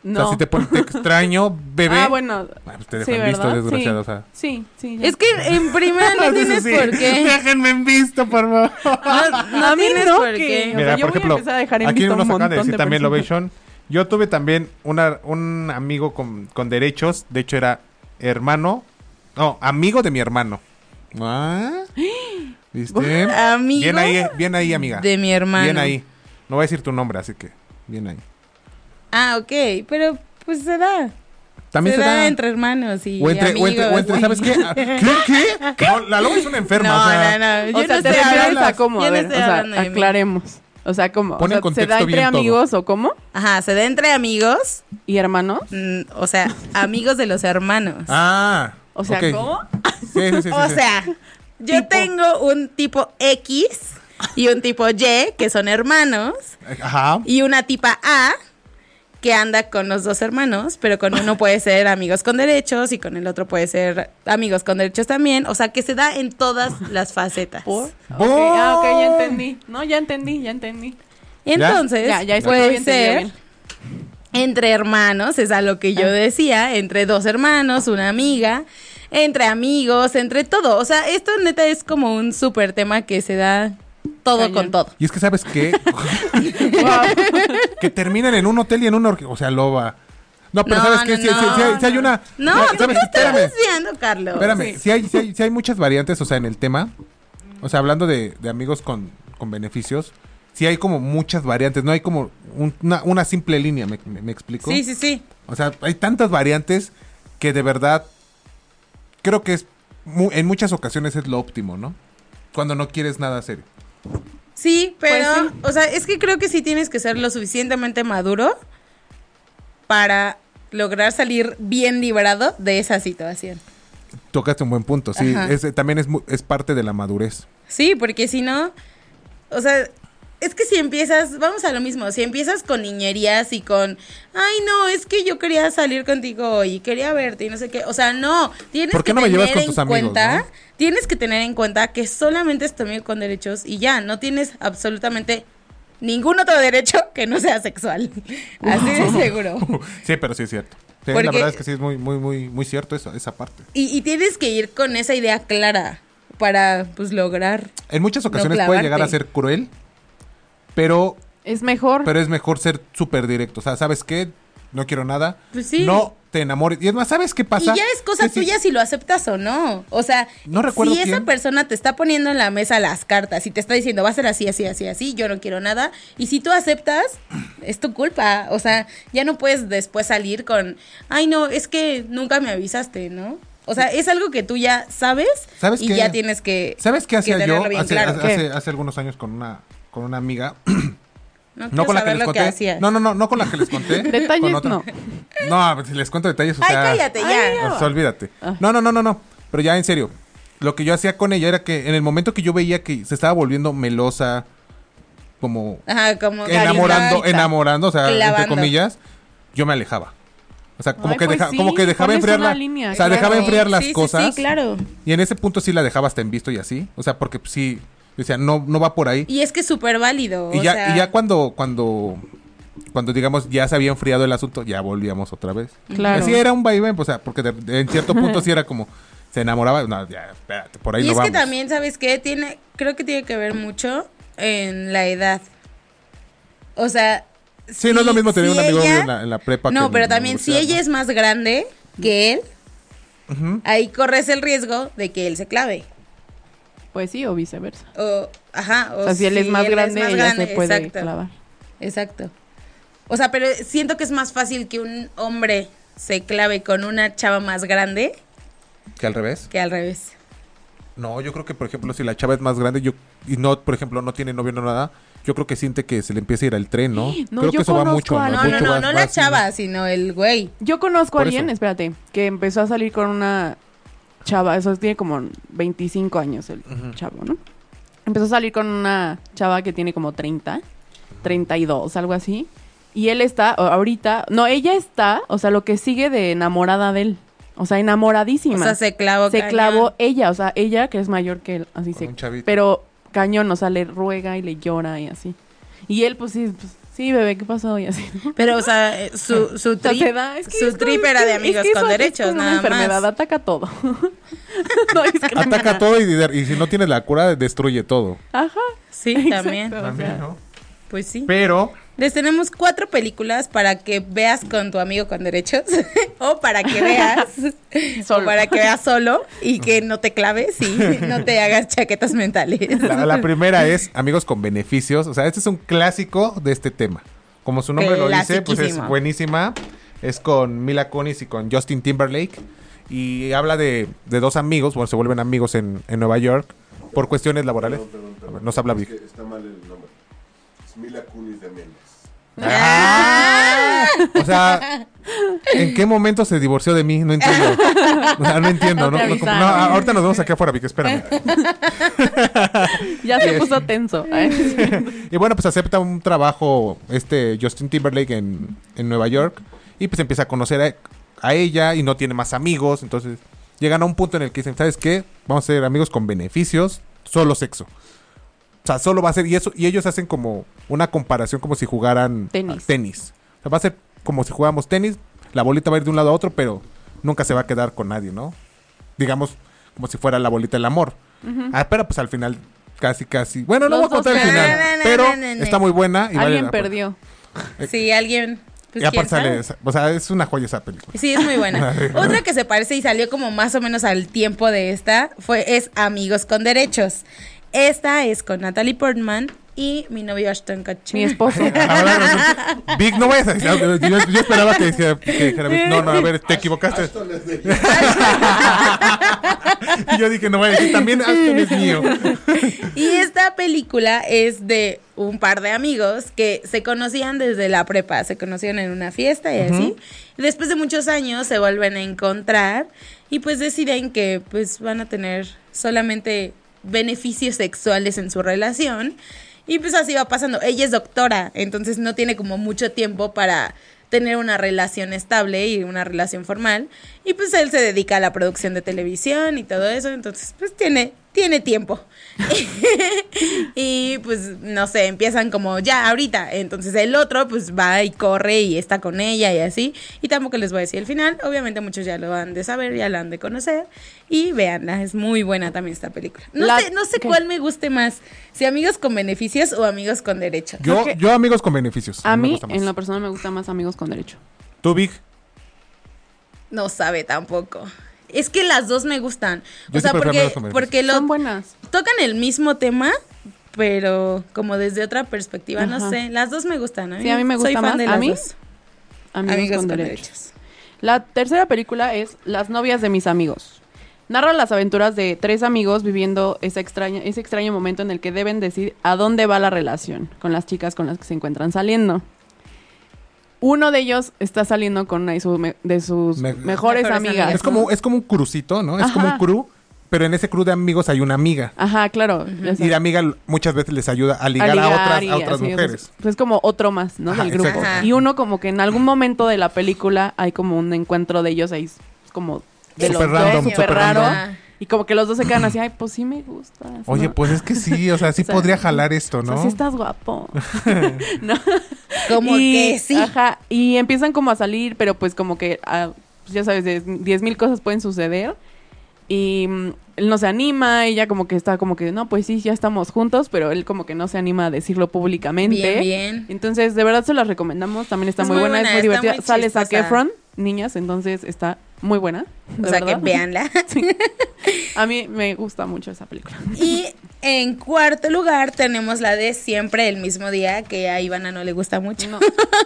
Speaker 3: no.
Speaker 4: O sea, si te ponen, te extraño, bebé.
Speaker 3: Ah, bueno.
Speaker 4: Ah, pues te dejo
Speaker 3: sí,
Speaker 4: en visto,
Speaker 3: ¿verdad?
Speaker 4: desgraciado.
Speaker 3: Sí.
Speaker 4: O sea.
Speaker 3: Sí, sí. ya.
Speaker 1: Es que en primera no tienes
Speaker 4: Sí,
Speaker 1: por qué.
Speaker 4: Déjenme en visto, por favor.
Speaker 1: No, no
Speaker 3: A mí
Speaker 1: tienes
Speaker 3: no,
Speaker 1: por
Speaker 3: que-
Speaker 1: qué.
Speaker 3: O sea, yo
Speaker 4: Mira, por
Speaker 3: voy a
Speaker 4: ejemplo,
Speaker 3: empezar a dejar en
Speaker 4: aquí
Speaker 3: visto a
Speaker 4: nos
Speaker 3: un
Speaker 4: acaban de
Speaker 3: montón
Speaker 4: decir
Speaker 3: de
Speaker 4: también
Speaker 3: personas.
Speaker 4: Lovation. Yo tuve también una, un amigo con, con derechos, de hecho era hermano, no, amigo de mi hermano. ¿Ah? ¿Viste?
Speaker 3: Ah,
Speaker 1: Amigo
Speaker 4: Bien ahí, bien ahí, amiga.
Speaker 1: de mi hermano.
Speaker 4: Bien ahí. No voy a decir tu nombre, así que bien ahí.
Speaker 1: Ah, ok, pero pues se da.
Speaker 4: También
Speaker 1: se,
Speaker 4: se
Speaker 1: da,
Speaker 4: da-
Speaker 1: entre hermanos y
Speaker 4: O entre, o
Speaker 1: amigos.
Speaker 4: entre- o entre- ¿sabes qué? Ah, ¿Qué? ¿Qué? No, la Lobo es una enferma.
Speaker 1: No,
Speaker 4: o sea,
Speaker 1: no, no,
Speaker 3: O
Speaker 1: yo
Speaker 3: sea,
Speaker 1: no
Speaker 3: te
Speaker 1: estoy
Speaker 3: refieres
Speaker 1: hablando-
Speaker 3: a cómo,
Speaker 1: yo
Speaker 3: a
Speaker 1: no
Speaker 3: ver, o
Speaker 1: estoy
Speaker 3: sea,
Speaker 1: hablando de mí.
Speaker 3: aclaremos. O sea, como
Speaker 4: Pone en
Speaker 3: se
Speaker 4: contexto
Speaker 3: da entre
Speaker 4: bien todo.
Speaker 3: amigos o cómo?
Speaker 1: Ajá, se da entre amigos,
Speaker 3: Y hermanos.
Speaker 1: mm, o sea, amigos de los hermanos.
Speaker 4: Ah.
Speaker 3: O sea,
Speaker 4: ok.
Speaker 3: ¿cómo?
Speaker 4: Sí, sí, sí, sí,
Speaker 1: o
Speaker 4: sí.
Speaker 1: sea, yo
Speaker 3: Tipo.
Speaker 1: tengo un tipo X y un tipo Y, que son hermanos,
Speaker 4: Ajá.
Speaker 1: y una tipa A, que anda con los dos hermanos, pero con uno puede ser amigos con derechos y con el otro puede ser amigos con derechos también. O sea, que se da en todas las facetas.
Speaker 3: ¿Por? Ok,
Speaker 4: ¡Bum!
Speaker 3: ah, ok, ya entendí. No, ya entendí, ya entendí.
Speaker 1: Entonces,
Speaker 3: Ya, ya estoy
Speaker 1: puede
Speaker 3: bien, te
Speaker 1: ser
Speaker 3: digo bien.
Speaker 1: entre hermanos, es a lo que yo decía, entre dos hermanos, una amiga, entre amigos, entre todo. O sea, esto neta es como un súper tema que se da todo
Speaker 3: Cañón.
Speaker 1: con todo.
Speaker 4: Y es que sabes qué?
Speaker 3: Wow.
Speaker 4: que terminan en un hotel y en una orque- O sea, loba. No, pero
Speaker 1: No,
Speaker 4: sabes
Speaker 1: no,
Speaker 4: que si, si- si hay, si hay una.
Speaker 1: No,
Speaker 4: Ya,
Speaker 1: ¿por ¿qué
Speaker 4: sabes,
Speaker 1: te estás
Speaker 4: espérame.
Speaker 1: desviando, Carlos?
Speaker 4: Espérame, si, hay, si, hay, si hay muchas variantes, o sea, en el tema, o sea, hablando de, de amigos con, con beneficios, si hay como muchas variantes, no hay como un- una, una simple línea, ¿me, me- me explico?
Speaker 1: Sí, sí, sí.
Speaker 4: O sea, hay tantas variantes que de verdad creo que es mu- en muchas ocasiones es lo óptimo, ¿no? Cuando no quieres nada serio.
Speaker 1: Sí, pero,
Speaker 3: Pues sí.
Speaker 1: o sea, es que creo que sí tienes que ser lo suficientemente maduro para lograr salir bien librado de esa situación.
Speaker 4: Tocaste un buen punto, sí,
Speaker 1: Ajá.
Speaker 4: es, también es, mu- es parte de la madurez.
Speaker 1: Sí, porque si no, o sea, es que si empiezas, vamos a lo mismo, si empiezas con niñerías y con, ay no, es que yo quería salir contigo y quería verte y no sé qué, o sea, no, tienes
Speaker 4: ¿Por qué
Speaker 1: que
Speaker 4: no me
Speaker 1: tener
Speaker 4: llevas con
Speaker 1: en
Speaker 4: tus amigos,
Speaker 1: cuenta,
Speaker 4: no?
Speaker 1: tienes que tener en cuenta que solamente es tu amigo con derechos y ya, no tienes absolutamente ningún otro derecho que no sea sexual, así de seguro.
Speaker 4: sí, pero sí es cierto. Sí,
Speaker 1: Porque-
Speaker 4: La verdad es que sí es muy, muy, muy, muy cierto eso, esa parte.
Speaker 1: Y, y tienes que ir con esa idea clara para, pues, lograr.
Speaker 4: En muchas ocasiones puede
Speaker 1: clavarte.
Speaker 4: llegar a ser cruel, pero,
Speaker 3: Es mejor.
Speaker 4: pero es mejor ser súper directo. O sea, ¿sabes qué? No quiero nada.
Speaker 1: Pues sí.
Speaker 4: No te enamores. Y es más, ¿sabes qué pasa?
Speaker 1: Y ya es cosa
Speaker 4: Sí, sí.
Speaker 1: tuya si lo aceptas o no. O sea,
Speaker 4: No recuerdo
Speaker 1: si esa
Speaker 4: quién.
Speaker 1: persona te está poniendo en la mesa las cartas y te está diciendo va a ser así, así, así, así, yo no quiero nada. Y si tú aceptas, es tu culpa. O sea, ya no puedes después salir con, ay, no, es que nunca me avisaste, ¿no? O sea, es algo que tú ya sabes,
Speaker 4: ¿Sabes
Speaker 1: y
Speaker 4: qué?
Speaker 1: ya tienes que.
Speaker 4: ¿Sabes qué hacía
Speaker 1: que
Speaker 4: yo
Speaker 1: tenerlo bien
Speaker 4: hace,
Speaker 1: claro.
Speaker 4: hace-
Speaker 3: ¿Qué?
Speaker 4: hace- hace algunos años con una, con una amiga?
Speaker 1: No,
Speaker 4: No
Speaker 1: quiero
Speaker 4: con la que
Speaker 1: saber
Speaker 4: les
Speaker 1: lo que
Speaker 4: conté.
Speaker 1: hacías.
Speaker 4: no, no, no, no con la que les conté.
Speaker 3: Detalles,
Speaker 4: con otra.
Speaker 3: no.
Speaker 4: No, a ver, si les cuento detalles, o
Speaker 1: Ay,
Speaker 4: sea,
Speaker 1: cállate, ya. Ah.
Speaker 4: o sea, olvídate. No, no, no, no, no. Pero ya en serio, lo que yo hacía con ella era que en el momento que yo veía que se estaba volviendo melosa, como
Speaker 1: Ajá, como.
Speaker 4: enamorando,
Speaker 1: cariñosita.
Speaker 4: enamorando, o sea, entre
Speaker 1: Clavando.
Speaker 4: comillas, yo me alejaba. O sea, como,
Speaker 3: Ay,
Speaker 4: que,
Speaker 3: pues
Speaker 4: deja-
Speaker 3: sí,
Speaker 4: como que dejaba
Speaker 3: pones
Speaker 4: enfriar
Speaker 3: una
Speaker 4: la-
Speaker 3: línea,
Speaker 4: o sea, dejaba
Speaker 1: Claro.
Speaker 4: enfriar las
Speaker 1: Sí, sí,
Speaker 4: cosas.
Speaker 1: sí, claro.
Speaker 4: Y en ese punto sí la dejaba hasta en visto y así. O sea, porque pues, sí, o sea, no, no va por ahí.
Speaker 1: Y es que es súper válido.
Speaker 4: Y
Speaker 1: o
Speaker 4: ya,
Speaker 1: sea,
Speaker 4: y ya cuando, cuando, cuando digamos, ya se había enfriado el asunto, ya volvíamos otra vez.
Speaker 3: Claro.
Speaker 4: Así era un vaivén, pues, o sea, porque de- de- en cierto punto sí era como, se enamoraba, no, ya, espérate, por ahí
Speaker 1: y
Speaker 4: no
Speaker 1: es
Speaker 4: vamos.
Speaker 1: que también, ¿sabes qué? Tiene, creo que tiene que ver mucho en la edad. O sea.
Speaker 4: Sí, no es lo mismo tener
Speaker 1: si
Speaker 4: un amigo
Speaker 1: ella-
Speaker 4: en la, en la prepa. que
Speaker 1: No,
Speaker 4: en
Speaker 1: pero
Speaker 4: la
Speaker 1: también si
Speaker 4: universidad,
Speaker 1: ella es más grande que él,
Speaker 4: ¿no? Ujú.
Speaker 1: ahí corres el riesgo de que él se clave.
Speaker 3: Pues sí, o viceversa.
Speaker 1: O, ajá. O,
Speaker 3: O sea, si él es más grande, ella se puede
Speaker 1: exacto,
Speaker 3: clavar.
Speaker 1: Exacto. O sea, pero siento que es más fácil que un hombre se clave con una chava más grande
Speaker 4: Que al revés.
Speaker 1: que al revés.
Speaker 4: No, yo creo que, por ejemplo, si la chava es más grande yo y no, por ejemplo, no tiene novio no nada, yo creo que siente que se le empieza a ir al tren, ¿no?
Speaker 3: No,
Speaker 4: creo que
Speaker 3: yo
Speaker 4: eso va
Speaker 3: conozco
Speaker 4: mucho.
Speaker 3: a-
Speaker 1: No, no,
Speaker 4: Mucho
Speaker 1: no,
Speaker 4: va-
Speaker 1: no
Speaker 4: va
Speaker 1: la
Speaker 4: así.
Speaker 1: chava, sino el güey.
Speaker 3: Yo conozco a
Speaker 4: Por
Speaker 3: alguien,
Speaker 4: eso.
Speaker 3: espérate, que empezó a salir con una chava, eso tiene como 25 años el chavo, ¿no? Empezó a salir con una chava que tiene como 30, 32, algo así. Y él está, o- ahorita, no, ella está, o sea, lo que sigue de enamorada de él. O sea, enamoradísima.
Speaker 1: O sea, se clavó.
Speaker 3: se
Speaker 1: cañón.
Speaker 3: clavó ella, o sea, ella que es mayor que él, así
Speaker 4: Con
Speaker 3: se.
Speaker 4: un chavito.
Speaker 3: Pero cañón, o sea, le ruega y le llora y así. Y él, pues sí, pues, sí, bebé, ¿qué pasó? Y así.
Speaker 1: Pero, o sea, eh, su, su
Speaker 3: O sea,
Speaker 1: trip,
Speaker 3: te da- es que
Speaker 1: su
Speaker 3: es como-
Speaker 1: trip
Speaker 3: es
Speaker 1: era
Speaker 3: que-
Speaker 1: de
Speaker 3: es
Speaker 1: amigos
Speaker 3: que
Speaker 1: con
Speaker 3: eso es
Speaker 1: derechos,
Speaker 3: como una
Speaker 1: nada
Speaker 3: enfermedad,
Speaker 1: más.
Speaker 3: ataca todo. no, es que-
Speaker 4: Ataca todo y, de- y si no tienes la cura, destruye todo.
Speaker 3: Ajá.
Speaker 1: Sí,
Speaker 3: exacto,
Speaker 1: también.
Speaker 3: o
Speaker 4: También,
Speaker 3: sea,
Speaker 4: ¿no?
Speaker 1: Pues sí.
Speaker 4: Pero
Speaker 1: Les tenemos cuatro películas para que veas con tu amigo con derechos o para que veas
Speaker 3: Solo.
Speaker 1: o para que veas solo y que no te claves y no te hagas chaquetas mentales.
Speaker 4: la, la primera es amigos con beneficios. O sea, este es un clásico de este tema. Como su nombre lo dice, pues es
Speaker 1: Clasiquísimo.
Speaker 4: buenísima. Es con Mila Kunis y con Justin Timberlake. Y habla de, de dos amigos, bueno, se vuelven amigos en, en Nueva York por cuestiones laborales. A ver, nos habla Vic.
Speaker 5: Está mal el nombre.
Speaker 6: Mila Kunis de Méndez.
Speaker 4: O sea, ¿en qué momento se divorció de mí? No entiendo. O sea, no entiendo. No,
Speaker 1: Te
Speaker 4: No-
Speaker 1: avisaron.
Speaker 4: no, ahorita nos vemos aquí afuera, Vicky, espérame.
Speaker 3: Ya se puso tenso.
Speaker 4: Y bueno, pues acepta un trabajo este Justin Timberlake en, en Nueva York. Y pues empieza a conocer a, a ella y no tiene más amigos. Entonces llegan a un punto en el que dicen, ¿sabes qué? Vamos a ser amigos con beneficios, solo sexo. O sea, solo va a ser... Y, eso, y ellos hacen como una comparación como si jugaran
Speaker 3: Tenis.
Speaker 4: a- tenis. O sea, va a ser como si jugáramos tenis. La bolita va a ir de un lado a otro, pero nunca se va a quedar con nadie, ¿no? Digamos, como si fuera la bolita del amor. Ah, pero pues al final, casi, casi. Bueno, no
Speaker 3: Los
Speaker 4: voy a contar el
Speaker 3: dos
Speaker 4: final.
Speaker 1: perdieron.
Speaker 4: Pero
Speaker 1: Na, na, na, na, na.
Speaker 4: está muy buena. Y vale
Speaker 3: Alguien
Speaker 4: la pena.
Speaker 3: perdió.
Speaker 1: Sí, alguien. pues,
Speaker 4: y aparte
Speaker 1: ¿quién
Speaker 4: sale.
Speaker 1: sabe?
Speaker 4: esa- O sea, es una joya esa película.
Speaker 1: Sí, es muy buena. Otra que se parece y salió como más o menos al tiempo de esta fue es Amigos con Derechos. Esta es con Natalie Portman y mi novio Ashton Kutcher.
Speaker 3: Mi esposo.
Speaker 4: Ahora resulta- Vic, no vayas a decir. Yo, yo esperaba que, dijera- que dijera Vic, No, no, a ver, te equivocaste. y yo dije, no voy a decir. También Ashton es mío.
Speaker 1: Y esta película es de un par de amigos que se conocían desde la prepa, se conocieron en una fiesta y así. Y después de muchos años se vuelven a encontrar y pues deciden que pues van a tener solamente beneficios sexuales en su relación. Y pues así va pasando. Ella es doctora, entonces no tiene como mucho tiempo para tener una relación estable y una relación formal. Y pues él se dedica a la producción de televisión y todo eso, entonces pues tiene, tiene tiempo. y pues no sé, empiezan como ya ahorita. Entonces el otro pues va y corre y está con ella y así. Y tampoco les voy a decir el final. Obviamente muchos ya lo han de saber, ya lo han de conocer. Y véanla, es muy buena también esta película. No
Speaker 3: La-
Speaker 1: sé, no sé
Speaker 3: ok.
Speaker 1: cuál me guste más, si amigos con beneficios o amigos con derechos.
Speaker 4: Yo,
Speaker 3: Creo que-
Speaker 4: yo amigos con beneficios.
Speaker 3: A
Speaker 4: me
Speaker 3: mí,
Speaker 4: gusta más.
Speaker 3: en lo personal, me gusta más Amigos con Derecho.
Speaker 4: Tú, Vic.
Speaker 1: No sabe tampoco. Es que las dos me gustan.
Speaker 4: Yo
Speaker 1: o sea,
Speaker 4: sí prefiero
Speaker 1: porque,
Speaker 4: amigos con beneficios.
Speaker 1: porque lo,
Speaker 3: Son buenas.
Speaker 1: tocan el mismo tema, pero como desde otra perspectiva, no
Speaker 3: Ajá.
Speaker 1: sé. Las dos me gustan. ¿eh?
Speaker 3: Sí, a mí me
Speaker 1: soy
Speaker 3: gusta
Speaker 1: fan
Speaker 3: más.
Speaker 1: de
Speaker 3: ¿A
Speaker 1: las
Speaker 3: mí?
Speaker 1: dos.
Speaker 3: Amigos, con, derechos. La tercera película es Las novias de mis amigos. Narra las aventuras de tres amigos viviendo esa extraña, ese extraño momento en el que deben decidir a dónde va la relación con las chicas con las que se encuentran saliendo. Uno de ellos está saliendo con una de, su- de sus
Speaker 4: Me-
Speaker 3: mejores,
Speaker 1: Mejores
Speaker 3: amigas.
Speaker 1: amigas.
Speaker 4: Es como, es como un crucito, ¿no? Es como
Speaker 3: Ajá.
Speaker 4: un crew, pero en ese crew de amigos hay una amiga.
Speaker 3: Ajá, claro. ya
Speaker 4: Y
Speaker 3: sabes.
Speaker 4: la amiga muchas veces les ayuda a ligar a, otras,
Speaker 3: y
Speaker 4: a otras
Speaker 3: así, o sea,
Speaker 4: mujeres.
Speaker 3: es- es como otro más, ¿no?
Speaker 4: Ajá,
Speaker 3: Del grupo.
Speaker 4: exacto.
Speaker 1: Ajá.
Speaker 3: Y uno como que en algún momento de la película hay como un encuentro de ellos ahí, es como de los
Speaker 4: Súper random,
Speaker 3: dos, súper
Speaker 4: súper
Speaker 3: raro.
Speaker 1: random.
Speaker 3: Y como que los dos se quedan así, ay, pues sí me gustas. ¿no?
Speaker 4: Oye, pues es que sí, o sea, sí
Speaker 3: O sea,
Speaker 4: podría jalar esto,
Speaker 3: O sea,
Speaker 4: ¿no?
Speaker 3: sí estás guapo. ¿No?
Speaker 1: Como
Speaker 3: Y-
Speaker 1: que sí.
Speaker 3: Ajá, y empiezan como a salir, pero pues como que, ah, pues ya sabes, de- diez mil cosas pueden suceder. Y mm, él no se anima, ella como que está como que, no, pues sí, ya estamos juntos, pero él como que no se anima a decirlo públicamente.
Speaker 1: Bien, bien.
Speaker 3: Entonces, de verdad se las recomendamos, también está
Speaker 1: Es
Speaker 3: muy,
Speaker 1: muy
Speaker 3: buena, es
Speaker 1: buena,
Speaker 3: muy
Speaker 1: está
Speaker 3: divertida.
Speaker 1: muy
Speaker 3: Sale Zac
Speaker 1: chistosa.
Speaker 3: Efron, niñas, entonces está muy buena.
Speaker 1: O
Speaker 3: de
Speaker 1: sea, que
Speaker 3: verdad.
Speaker 1: veanla.
Speaker 3: A mí me gusta mucho esa película.
Speaker 1: Y en cuarto lugar tenemos la de Siempre el mismo día, que a Ivana no le gusta mucho.
Speaker 3: No,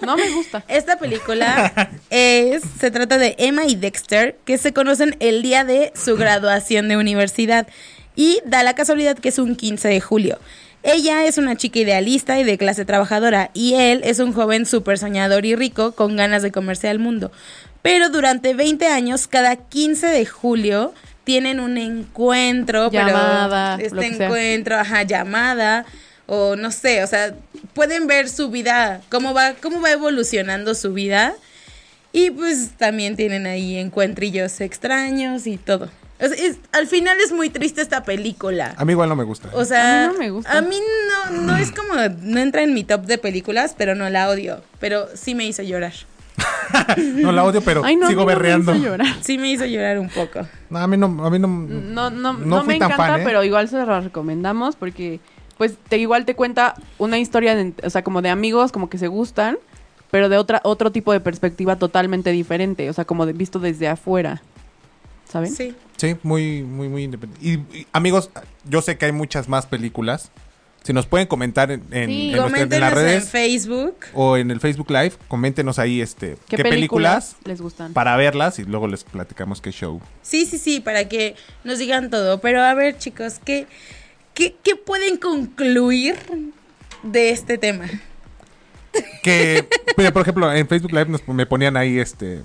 Speaker 3: no me gusta.
Speaker 1: Esta película es, se trata de Emma y Dexter, que se conocen el día de su graduación de universidad. Y da la casualidad que es un 15 de julio. Ella es una chica idealista y de clase trabajadora, y él es un joven súper soñador y rico con ganas de comerse al mundo. Pero durante 20 años, cada 15 de julio, tienen un encuentro. pero
Speaker 3: Llamada, lo
Speaker 1: este
Speaker 3: que sea.
Speaker 1: encuentro, ajá, llamada, o no sé, o sea, pueden ver su vida, cómo va, cómo va evolucionando su vida. Y pues también tienen ahí encuentrillos extraños y todo. O sea, es- al final es muy triste esta película.
Speaker 4: A mí igual no me gusta.
Speaker 1: O sea,
Speaker 3: A mí no me gusta.
Speaker 1: a mí no, no es como, no entra en mi top de películas, pero no la odio. Pero sí me hizo llorar.
Speaker 4: no la odio, pero
Speaker 3: Ay, no, a
Speaker 4: sigo
Speaker 3: mí no me
Speaker 4: berreando.
Speaker 3: hizo llorar.
Speaker 1: Sí me hizo llorar un poco.
Speaker 4: No, a mí no, a mí no.
Speaker 3: No, no, no,
Speaker 4: No fui
Speaker 3: me
Speaker 4: tan
Speaker 3: encanta,
Speaker 4: fan, ¿eh?
Speaker 3: pero igual se la recomendamos porque, pues, te, igual te cuenta una historia, de- o sea, como de amigos, como que se gustan, pero de otra, otro tipo de perspectiva totalmente diferente, o sea, como de- visto desde afuera, ¿saben?
Speaker 1: Sí.
Speaker 4: Sí, muy, muy, muy independiente. Y, y, amigos, yo sé que hay muchas más películas. Si nos pueden comentar en, en-
Speaker 3: Sí,
Speaker 4: en nuestra- en
Speaker 1: Coméntenos
Speaker 4: las
Speaker 1: en
Speaker 4: redes
Speaker 1: Facebook.
Speaker 4: o en el Facebook Live, coméntenos ahí este qué, películas
Speaker 3: les gustan?
Speaker 4: para verlas y luego les platicamos qué show.
Speaker 1: Sí, sí, sí, para que nos digan todo. Pero a ver, chicos, ¿qué, qué, qué pueden concluir de este tema.
Speaker 4: Que, mira, por ejemplo, en Facebook Live nos- me ponían ahí este.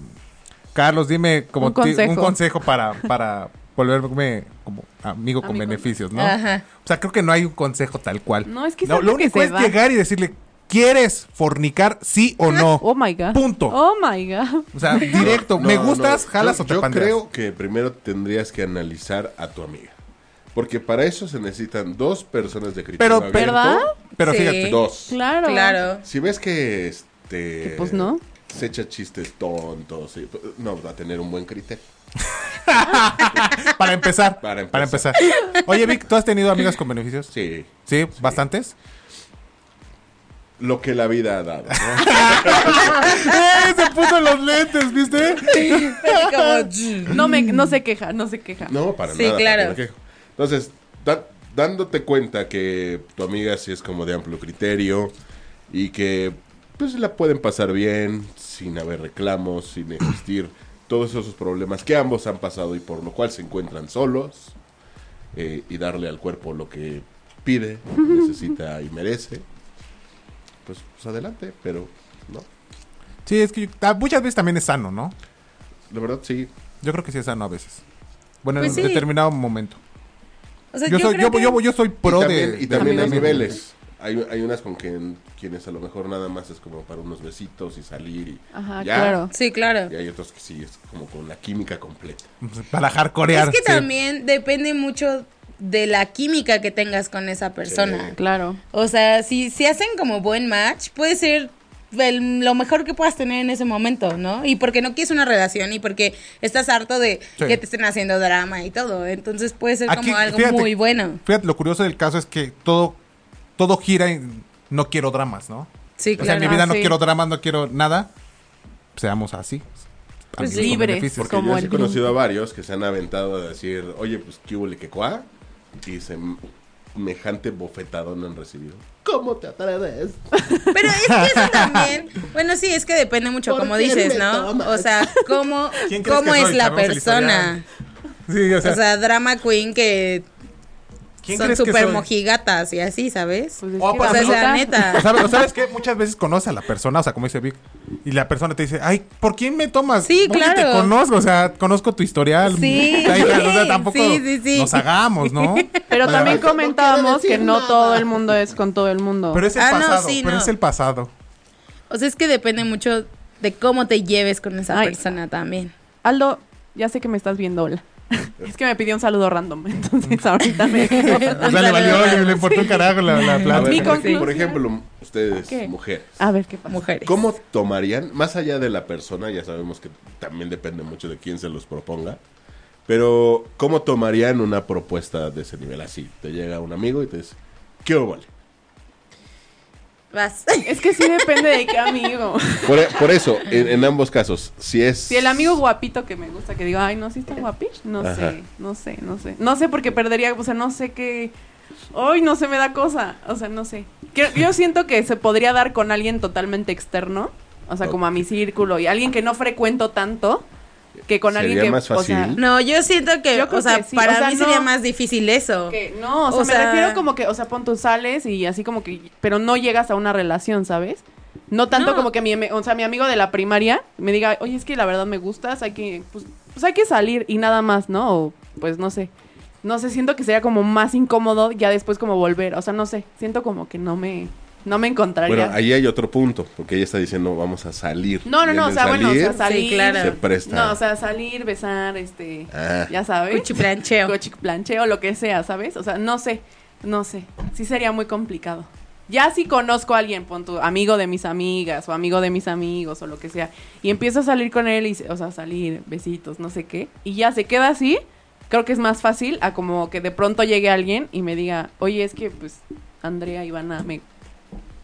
Speaker 4: Carlos, dime como
Speaker 3: Un
Speaker 4: ti-
Speaker 3: consejo.
Speaker 4: un consejo para, para volverme como amigo con
Speaker 3: Amigo.
Speaker 4: beneficios, ¿no?
Speaker 1: Ajá.
Speaker 4: O sea, creo que no hay un consejo tal cual.
Speaker 3: No, es que es algo
Speaker 4: lo
Speaker 3: que
Speaker 4: único
Speaker 3: se
Speaker 4: es
Speaker 3: da.
Speaker 4: llegar y decirle, ¿quieres fornicar sí o no?
Speaker 3: Oh my god.
Speaker 4: Punto.
Speaker 3: Oh my god.
Speaker 4: O sea, directo,
Speaker 5: No,
Speaker 4: me
Speaker 5: no,
Speaker 4: gustas,
Speaker 5: yo-
Speaker 4: jalas o te
Speaker 5: Yo
Speaker 4: pandeas.
Speaker 5: creo que primero tendrías que analizar a tu amiga. Porque para eso se necesitan dos personas de criterio
Speaker 4: Pero- eh,
Speaker 5: abierto.
Speaker 3: ¿Verdad?
Speaker 4: Pero
Speaker 1: Sí.
Speaker 4: fíjate,
Speaker 5: Dos.
Speaker 3: Claro.
Speaker 1: Claro.
Speaker 5: Si ves que este.
Speaker 3: Que, pues, no.
Speaker 5: Se echa chistes tontos. y- pues, no, va a tener un buen criterio.
Speaker 4: para empezar, para
Speaker 5: Para
Speaker 4: empezar.
Speaker 5: empezar.
Speaker 4: Oye, Vic, ¿tú has tenido amigas con beneficios?
Speaker 5: Sí.
Speaker 4: ¿Sí? ¿Bastantes?
Speaker 5: Lo que la vida ha dado. ¿no?
Speaker 4: ¡Eh! Se puso los lentes, ¿viste?
Speaker 1: Así como,
Speaker 3: No me, no se queja, no se queja.
Speaker 5: No, para
Speaker 1: Sí,
Speaker 5: nada.
Speaker 1: claro.
Speaker 5: para nada. Entonces, da- dándote cuenta que tu amiga sí es como de amplio criterio y que pues la pueden pasar bien, sin haber reclamos, sin existir todos esos problemas que ambos han pasado y por lo cual se encuentran solos eh, y darle al cuerpo lo que pide, necesita y merece, pues, pues adelante, pero no,
Speaker 4: Sí, es que yo- ah, muchas veces también es sano, ¿no?
Speaker 5: la verdad sí,
Speaker 4: Yo creo que sí es sano a veces. Bueno,
Speaker 1: Pues
Speaker 4: en
Speaker 1: sí.
Speaker 4: determinado momento.
Speaker 1: o sea,
Speaker 4: yo, soy,
Speaker 1: creo
Speaker 4: yo,
Speaker 1: que-
Speaker 4: yo, yo soy pro
Speaker 5: y también,
Speaker 4: de...
Speaker 5: y también
Speaker 4: de-
Speaker 5: hay
Speaker 4: de-
Speaker 5: niveles. Hay, hay unas con quien- quienes a lo mejor nada más es como para unos besitos y salir y
Speaker 3: Ajá,
Speaker 5: ya.
Speaker 3: claro.
Speaker 1: Sí, claro.
Speaker 5: Y hay otros que sí es como con la química completa.
Speaker 4: Para hardcorear.
Speaker 1: Es que
Speaker 4: sí.
Speaker 1: también depende mucho de la química que tengas con esa persona.
Speaker 3: Claro.
Speaker 1: O sea, si, si hacen como buen match, puede ser el- lo mejor que puedas tener en ese momento, ¿no? Y porque no quieres una relación y porque estás harto de
Speaker 4: Sí.
Speaker 1: que te estén haciendo drama y todo. Entonces puede ser
Speaker 4: Aquí,
Speaker 1: como algo
Speaker 4: fíjate,
Speaker 1: muy bueno.
Speaker 4: Fíjate, lo curioso del caso es que todo, todo gira en no quiero dramas, ¿no?
Speaker 1: Sí,
Speaker 4: O sea, en
Speaker 1: claro.
Speaker 4: mi
Speaker 3: Ah,
Speaker 4: vida no
Speaker 3: sí.
Speaker 4: quiero dramas, no quiero nada. Seamos así.
Speaker 1: Pues
Speaker 4: Amigos con
Speaker 3: libres,
Speaker 4: Pues beneficios.
Speaker 5: Porque
Speaker 3: Como
Speaker 5: yo sí he
Speaker 3: el-
Speaker 5: conocido a varios que se han aventado a decir, oye, pues qué huele que cuá. Y se mejante bofetadón han recibido. ¿Cómo te atreves?
Speaker 1: Pero es que eso también, bueno, sí, es que depende mucho,
Speaker 5: ¿Por
Speaker 1: como
Speaker 5: qué
Speaker 1: dices,
Speaker 5: me
Speaker 1: ¿no?
Speaker 5: tomas?
Speaker 1: O sea, cómo,
Speaker 4: ¿Quién crees
Speaker 1: cómo
Speaker 4: que
Speaker 1: es
Speaker 4: soy?
Speaker 1: la
Speaker 4: Sabemos el
Speaker 1: persona.
Speaker 4: Sí, o sea,
Speaker 1: O sea, drama queen que
Speaker 4: ¿quién
Speaker 1: son
Speaker 4: crees que
Speaker 1: súper
Speaker 4: soy?
Speaker 1: mojigatas y así, ¿sabes?
Speaker 3: Pues es
Speaker 4: Oh,
Speaker 3: que
Speaker 4: pues,
Speaker 1: o sea, es la
Speaker 3: neta-
Speaker 4: O
Speaker 1: neta.
Speaker 4: sabe- o sabes que muchas veces conoces a la persona, o sea, como dice Vic, y la persona te dice, ay, ¿por quién me tomas?
Speaker 1: Sí,
Speaker 4: No, ni
Speaker 1: claro.
Speaker 4: te conozco, o sea, conozco tu historial.
Speaker 1: Sí.
Speaker 4: Ay, o sea, tampoco
Speaker 1: Sí, sí, sí.
Speaker 4: nos hagamos, ¿no?
Speaker 3: Pero
Speaker 4: Pero-
Speaker 3: también comentábamos que
Speaker 5: decir
Speaker 3: no
Speaker 5: nada.
Speaker 3: todo el mundo es con todo el mundo.
Speaker 4: Pero es el
Speaker 1: Ah, no,
Speaker 4: pasado,
Speaker 1: sí,
Speaker 4: pero
Speaker 1: no.
Speaker 4: es el pasado.
Speaker 1: O sea, es que depende mucho de cómo te lleves con esa
Speaker 3: Ay.
Speaker 1: persona también.
Speaker 3: Aldo, ya sé que me estás viendo, hola. es que me pidió un saludo random, entonces ahorita me dejo.
Speaker 4: O sea, le valió, le, le importó un carajo la, la
Speaker 5: A
Speaker 4: plata.
Speaker 3: Mi
Speaker 5: ver, por
Speaker 3: conclusión.
Speaker 5: ejemplo, ustedes,
Speaker 3: Ok.
Speaker 5: mujeres.
Speaker 3: A ver qué pasa.
Speaker 1: Mujeres.
Speaker 5: ¿Cómo tomarían, más allá de la persona, ya sabemos que también depende mucho de quién se los proponga, pero cómo tomarían una propuesta de ese nivel? Así, te llega un amigo y te dice, ¿qué vale?
Speaker 1: Vas.
Speaker 3: Es que sí depende de qué amigo.
Speaker 5: Por, e- por eso, en, en ambos casos, si es...
Speaker 3: Si el amigo guapito que me gusta, que digo, ay, no, si está guapich, no
Speaker 5: Eh, Ajá.
Speaker 3: sé, no sé, no sé. No sé porque perdería, o sea, no sé qué. Ay, no se me da cosa. O sea, no sé. Que- Yo siento que se podría dar con alguien totalmente externo, o sea, como a mi círculo, y alguien que no frecuento tanto, que con alguien
Speaker 5: Sería
Speaker 3: que.
Speaker 5: más
Speaker 3: o sea,
Speaker 5: fácil.
Speaker 1: No, yo siento que,
Speaker 3: Yo creo
Speaker 1: o sea,
Speaker 3: que sí,
Speaker 1: para
Speaker 3: o sea,
Speaker 1: mí
Speaker 3: no- ¿eh?
Speaker 1: sería más difícil eso.
Speaker 3: que no, o sea,
Speaker 1: O
Speaker 3: me
Speaker 1: sea-
Speaker 3: refiero como que, o sea, pon tus sales y así como que, pero no llegas a una relación, ¿sabes? No tanto
Speaker 1: No.
Speaker 3: como que mi, ami- o sea, mi amigo de la primaria me diga, oye, es que la verdad me gustas, hay que, pues, pues hay que salir y nada más, ¿no? O, pues no sé, no sé, siento que sería como más incómodo ya después como volver, o sea, no sé, siento como que no me, no me encontraría.
Speaker 5: Bueno, ahí hay otro punto, porque ella está diciendo, vamos a salir.
Speaker 3: No, no,
Speaker 5: Y
Speaker 3: no,
Speaker 5: en
Speaker 3: o sea,
Speaker 5: el
Speaker 3: bueno, o sea,
Speaker 5: salir,
Speaker 3: salir,
Speaker 1: Sí, claro.
Speaker 5: Se presta.
Speaker 3: no, o sea, salir, besar, este,
Speaker 5: Ah.
Speaker 3: ya sabes.
Speaker 1: Cuchiplancheo.
Speaker 3: coche plancheo, lo que sea, ¿sabes? O sea, no sé, no sé. Sí sería muy complicado. Ya si conozco a alguien, pon tu amigo de mis amigas o amigo de mis amigos o lo que sea, y empiezo a salir con él, y, se- o sea, salir, besitos, no sé qué, y ya se queda así, creo que es más fácil a como que de pronto llegue alguien y me diga, oye, es que pues Andrea, Ivana, me,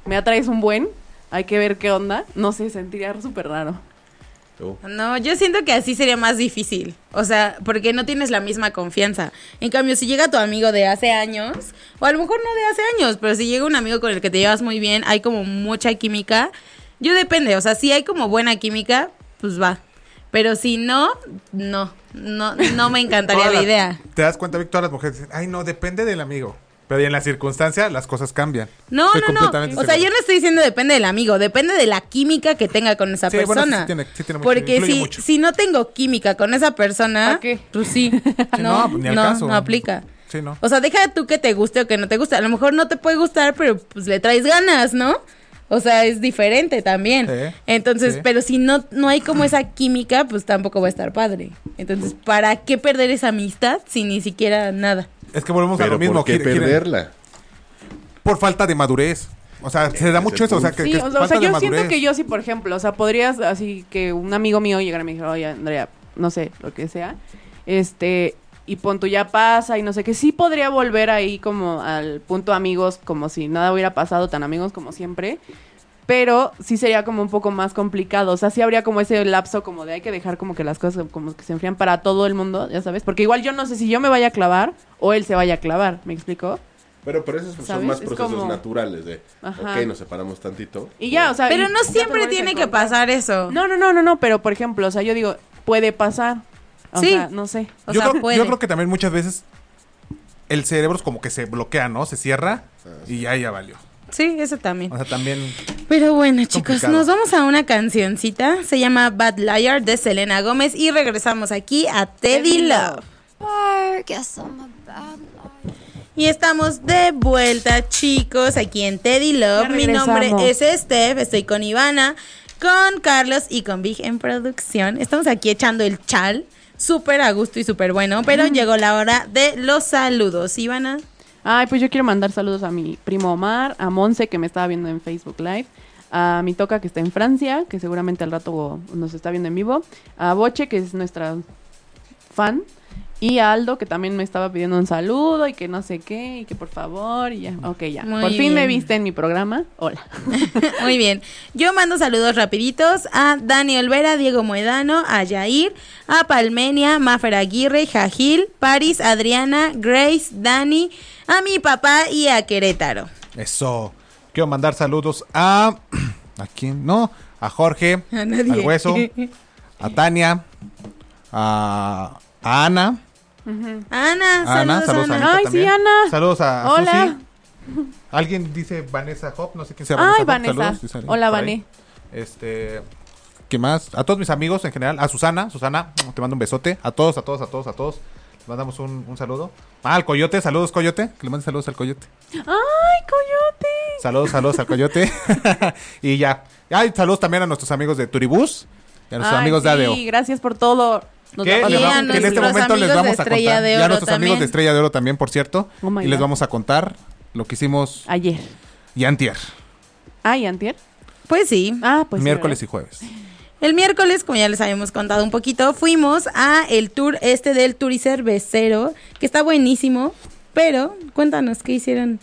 Speaker 3: me atraes un buen, hay que ver qué onda, no sé, sentiría súper raro.
Speaker 5: Tú.
Speaker 1: No, yo siento que así sería más difícil. O sea, porque no tienes la misma confianza. En cambio, si llega tu amigo de hace años, o a lo mejor no de hace años, pero si llega un amigo con el que te llevas muy bien, hay como mucha química. Yo depende, o sea, si hay como buena química, pues va. Pero si no, no, no, no me encantaría
Speaker 4: Todas
Speaker 1: la
Speaker 4: las-
Speaker 1: idea.
Speaker 4: Te das cuenta, Vic, todas las mujeres dicen, ay, no, depende del amigo. Pero y en la circunstancia las cosas cambian.
Speaker 1: No,
Speaker 4: Estoy
Speaker 1: no, no.
Speaker 4: completamente
Speaker 1: O sea,
Speaker 4: seguro.
Speaker 1: yo no estoy diciendo depende del amigo, depende de la química que tenga con esa
Speaker 4: Sí, bueno, sí
Speaker 1: persona.
Speaker 4: tiene- sí tiene mucho-
Speaker 1: Porque
Speaker 4: influye
Speaker 1: si,
Speaker 4: mucho.
Speaker 1: si no tengo química con esa persona,
Speaker 3: ¿Pa' qué?
Speaker 1: pues sí,
Speaker 4: Sí,
Speaker 1: no,
Speaker 4: pues,
Speaker 1: no,
Speaker 4: ni al caso.
Speaker 1: no aplica.
Speaker 4: Sí, no.
Speaker 1: O sea, deja tú que te guste o que no te guste. A lo mejor no te puede gustar, pero pues le traes ganas, ¿no? O sea, es diferente también.
Speaker 4: Sí,
Speaker 1: Entonces,
Speaker 4: sí.
Speaker 1: pero si no, no hay como esa química, pues tampoco va a estar padre. Entonces, ¿para qué perder esa amistad si ni siquiera nada?
Speaker 4: Es que volvemos a
Speaker 5: Pero
Speaker 4: lo mismo.
Speaker 5: ¿por qué
Speaker 4: quiere- quieren-
Speaker 5: perderla?
Speaker 4: por falta de madurez. O sea, se da mucho eso. O sea, que,
Speaker 3: Sí,
Speaker 4: que
Speaker 3: o sea,
Speaker 4: falta
Speaker 3: o sea,
Speaker 4: de
Speaker 3: yo siento
Speaker 4: madurez.
Speaker 3: que yo sí, por ejemplo, o sea, podrías así que un amigo mío llegara y me dijera, oye, Andrea, no sé, lo que sea, este, y pon tú ya pasa y no sé qué, sí podría volver ahí como al punto amigos, como si nada hubiera pasado, tan amigos como siempre, pero sí sería como un poco más complicado, o sea, sí habría como ese lapso como de hay que dejar como que las cosas como que se enfrían para todo el mundo, ya sabes, porque igual yo no sé si yo me vaya a clavar o él se vaya a clavar, ¿me explico?
Speaker 5: Pero, pero esos son
Speaker 3: ¿Sabes?
Speaker 5: más
Speaker 3: Es
Speaker 5: procesos
Speaker 3: como-
Speaker 5: naturales de,
Speaker 3: Ajá.
Speaker 5: ok, nos separamos tantito.
Speaker 3: Y ya, o sea...
Speaker 1: Pero
Speaker 3: y
Speaker 1: no
Speaker 3: te
Speaker 1: siempre
Speaker 3: vuelves a
Speaker 1: tiene que
Speaker 3: encontrar.
Speaker 1: pasar eso.
Speaker 3: No, no, no, no, no, pero por ejemplo, o sea, yo digo, puede pasar. O
Speaker 1: Sí.
Speaker 3: sea, no sé.
Speaker 1: O
Speaker 4: yo,
Speaker 1: sea,
Speaker 4: creo,
Speaker 1: puede.
Speaker 4: yo creo que también muchas veces el cerebro es como que se bloquea, ¿no? Se cierra y ya, ya valió.
Speaker 1: Sí, eso también.
Speaker 4: O sea, también.
Speaker 1: Pero bueno, chicos,
Speaker 4: Ah, Complicado.
Speaker 1: nos vamos a una cancioncita. Se llama Bad Liar de Selena Gómez y regresamos aquí a Teddy
Speaker 3: Teddy
Speaker 1: Love.
Speaker 3: Love.
Speaker 7: Guess I'm a bad liar.
Speaker 1: Y estamos de vuelta, chicos, aquí en Teddy Love.
Speaker 3: Ya
Speaker 1: Mi nombre
Speaker 3: regresamos.
Speaker 1: es Steph, estoy con Ivana, con Carlos y con Big en producción. Estamos aquí echando el chal, súper a gusto y súper bueno, pero llegó la hora de los saludos. Ivana,
Speaker 3: Ay, pues yo quiero mandar saludos a mi primo Omar, a Monse, que me estaba viendo en Facebook Live, a mi toca, que está en Francia, que seguramente al rato nos está viendo en vivo, a Boche, que es nuestra fan, y a Aldo, que también me estaba pidiendo un saludo y que no sé qué, y que por favor, y ya. Ok, ya.
Speaker 1: Muy
Speaker 3: por fin me
Speaker 1: bien.
Speaker 3: viste en mi programa. Hola.
Speaker 1: Muy bien. Yo mando saludos rapiditos a Dani Olvera, Diego Moedano, a Yair, a Palmenia, Mafer Aguirre, Jajil, Paris, Adriana, Grace, Dani, a mi papá y a Querétaro.
Speaker 4: Eso. Quiero mandar saludos a. ¿A quién? No. A Jorge.
Speaker 1: A nadie.
Speaker 4: Al Hueso. A Tania. A. a Ana.
Speaker 1: Ana,
Speaker 4: A Ana,
Speaker 1: saludos,
Speaker 4: saludos a
Speaker 1: Ana.
Speaker 4: Anita
Speaker 3: Ay, sí,
Speaker 4: también.
Speaker 3: Ana.
Speaker 4: Saludos a.
Speaker 3: Hola.
Speaker 4: Susi. Alguien dice Vanessa Hop, no sé quién sea
Speaker 3: Ay,
Speaker 4: Hop,
Speaker 3: Vanessa.
Speaker 4: saludos, dice alguien
Speaker 3: Hola,
Speaker 4: por ahí.
Speaker 3: Vané.
Speaker 4: Este. ¿Qué más? A todos mis amigos en general. A Susana. Susana, te mando un besote. A todos, a todos, a todos, a todos. Les mandamos un, un saludo. Ah, al Coyote. Saludos, Coyote. Que le mande saludos al Coyote.
Speaker 3: Ay, coyote.
Speaker 4: Saludos, saludos al Coyote. y ya. Ay, saludos también a nuestros amigos de Turibús. Y a nuestros
Speaker 3: Ay,
Speaker 4: amigos de
Speaker 3: sí,
Speaker 4: ADEO.
Speaker 3: gracias por todo. Nos
Speaker 4: que,
Speaker 3: la
Speaker 4: les
Speaker 1: Y
Speaker 3: pasamos
Speaker 1: a
Speaker 4: vamos- que en este
Speaker 1: nuestros
Speaker 3: increíble.
Speaker 4: momento les
Speaker 1: amigos
Speaker 4: vamos
Speaker 1: de
Speaker 4: a contar.
Speaker 1: Estrella de
Speaker 4: Y a
Speaker 1: Oro
Speaker 4: nuestros amigos
Speaker 1: también.
Speaker 4: de Estrella de Oro también, por cierto.
Speaker 3: Oh my
Speaker 4: y les
Speaker 3: God.
Speaker 4: vamos a contar lo que hicimos
Speaker 3: Ayer.
Speaker 4: y antier.
Speaker 3: Ah, ¿y antier?
Speaker 1: Pues sí.
Speaker 3: Ah, pues sí,
Speaker 4: miércoles
Speaker 3: ¿verdad?
Speaker 4: y jueves.
Speaker 1: El miércoles, como ya les habíamos contado un poquito, fuimos a el tour este del Turicervecero, que está buenísimo, pero cuéntanos qué hicieron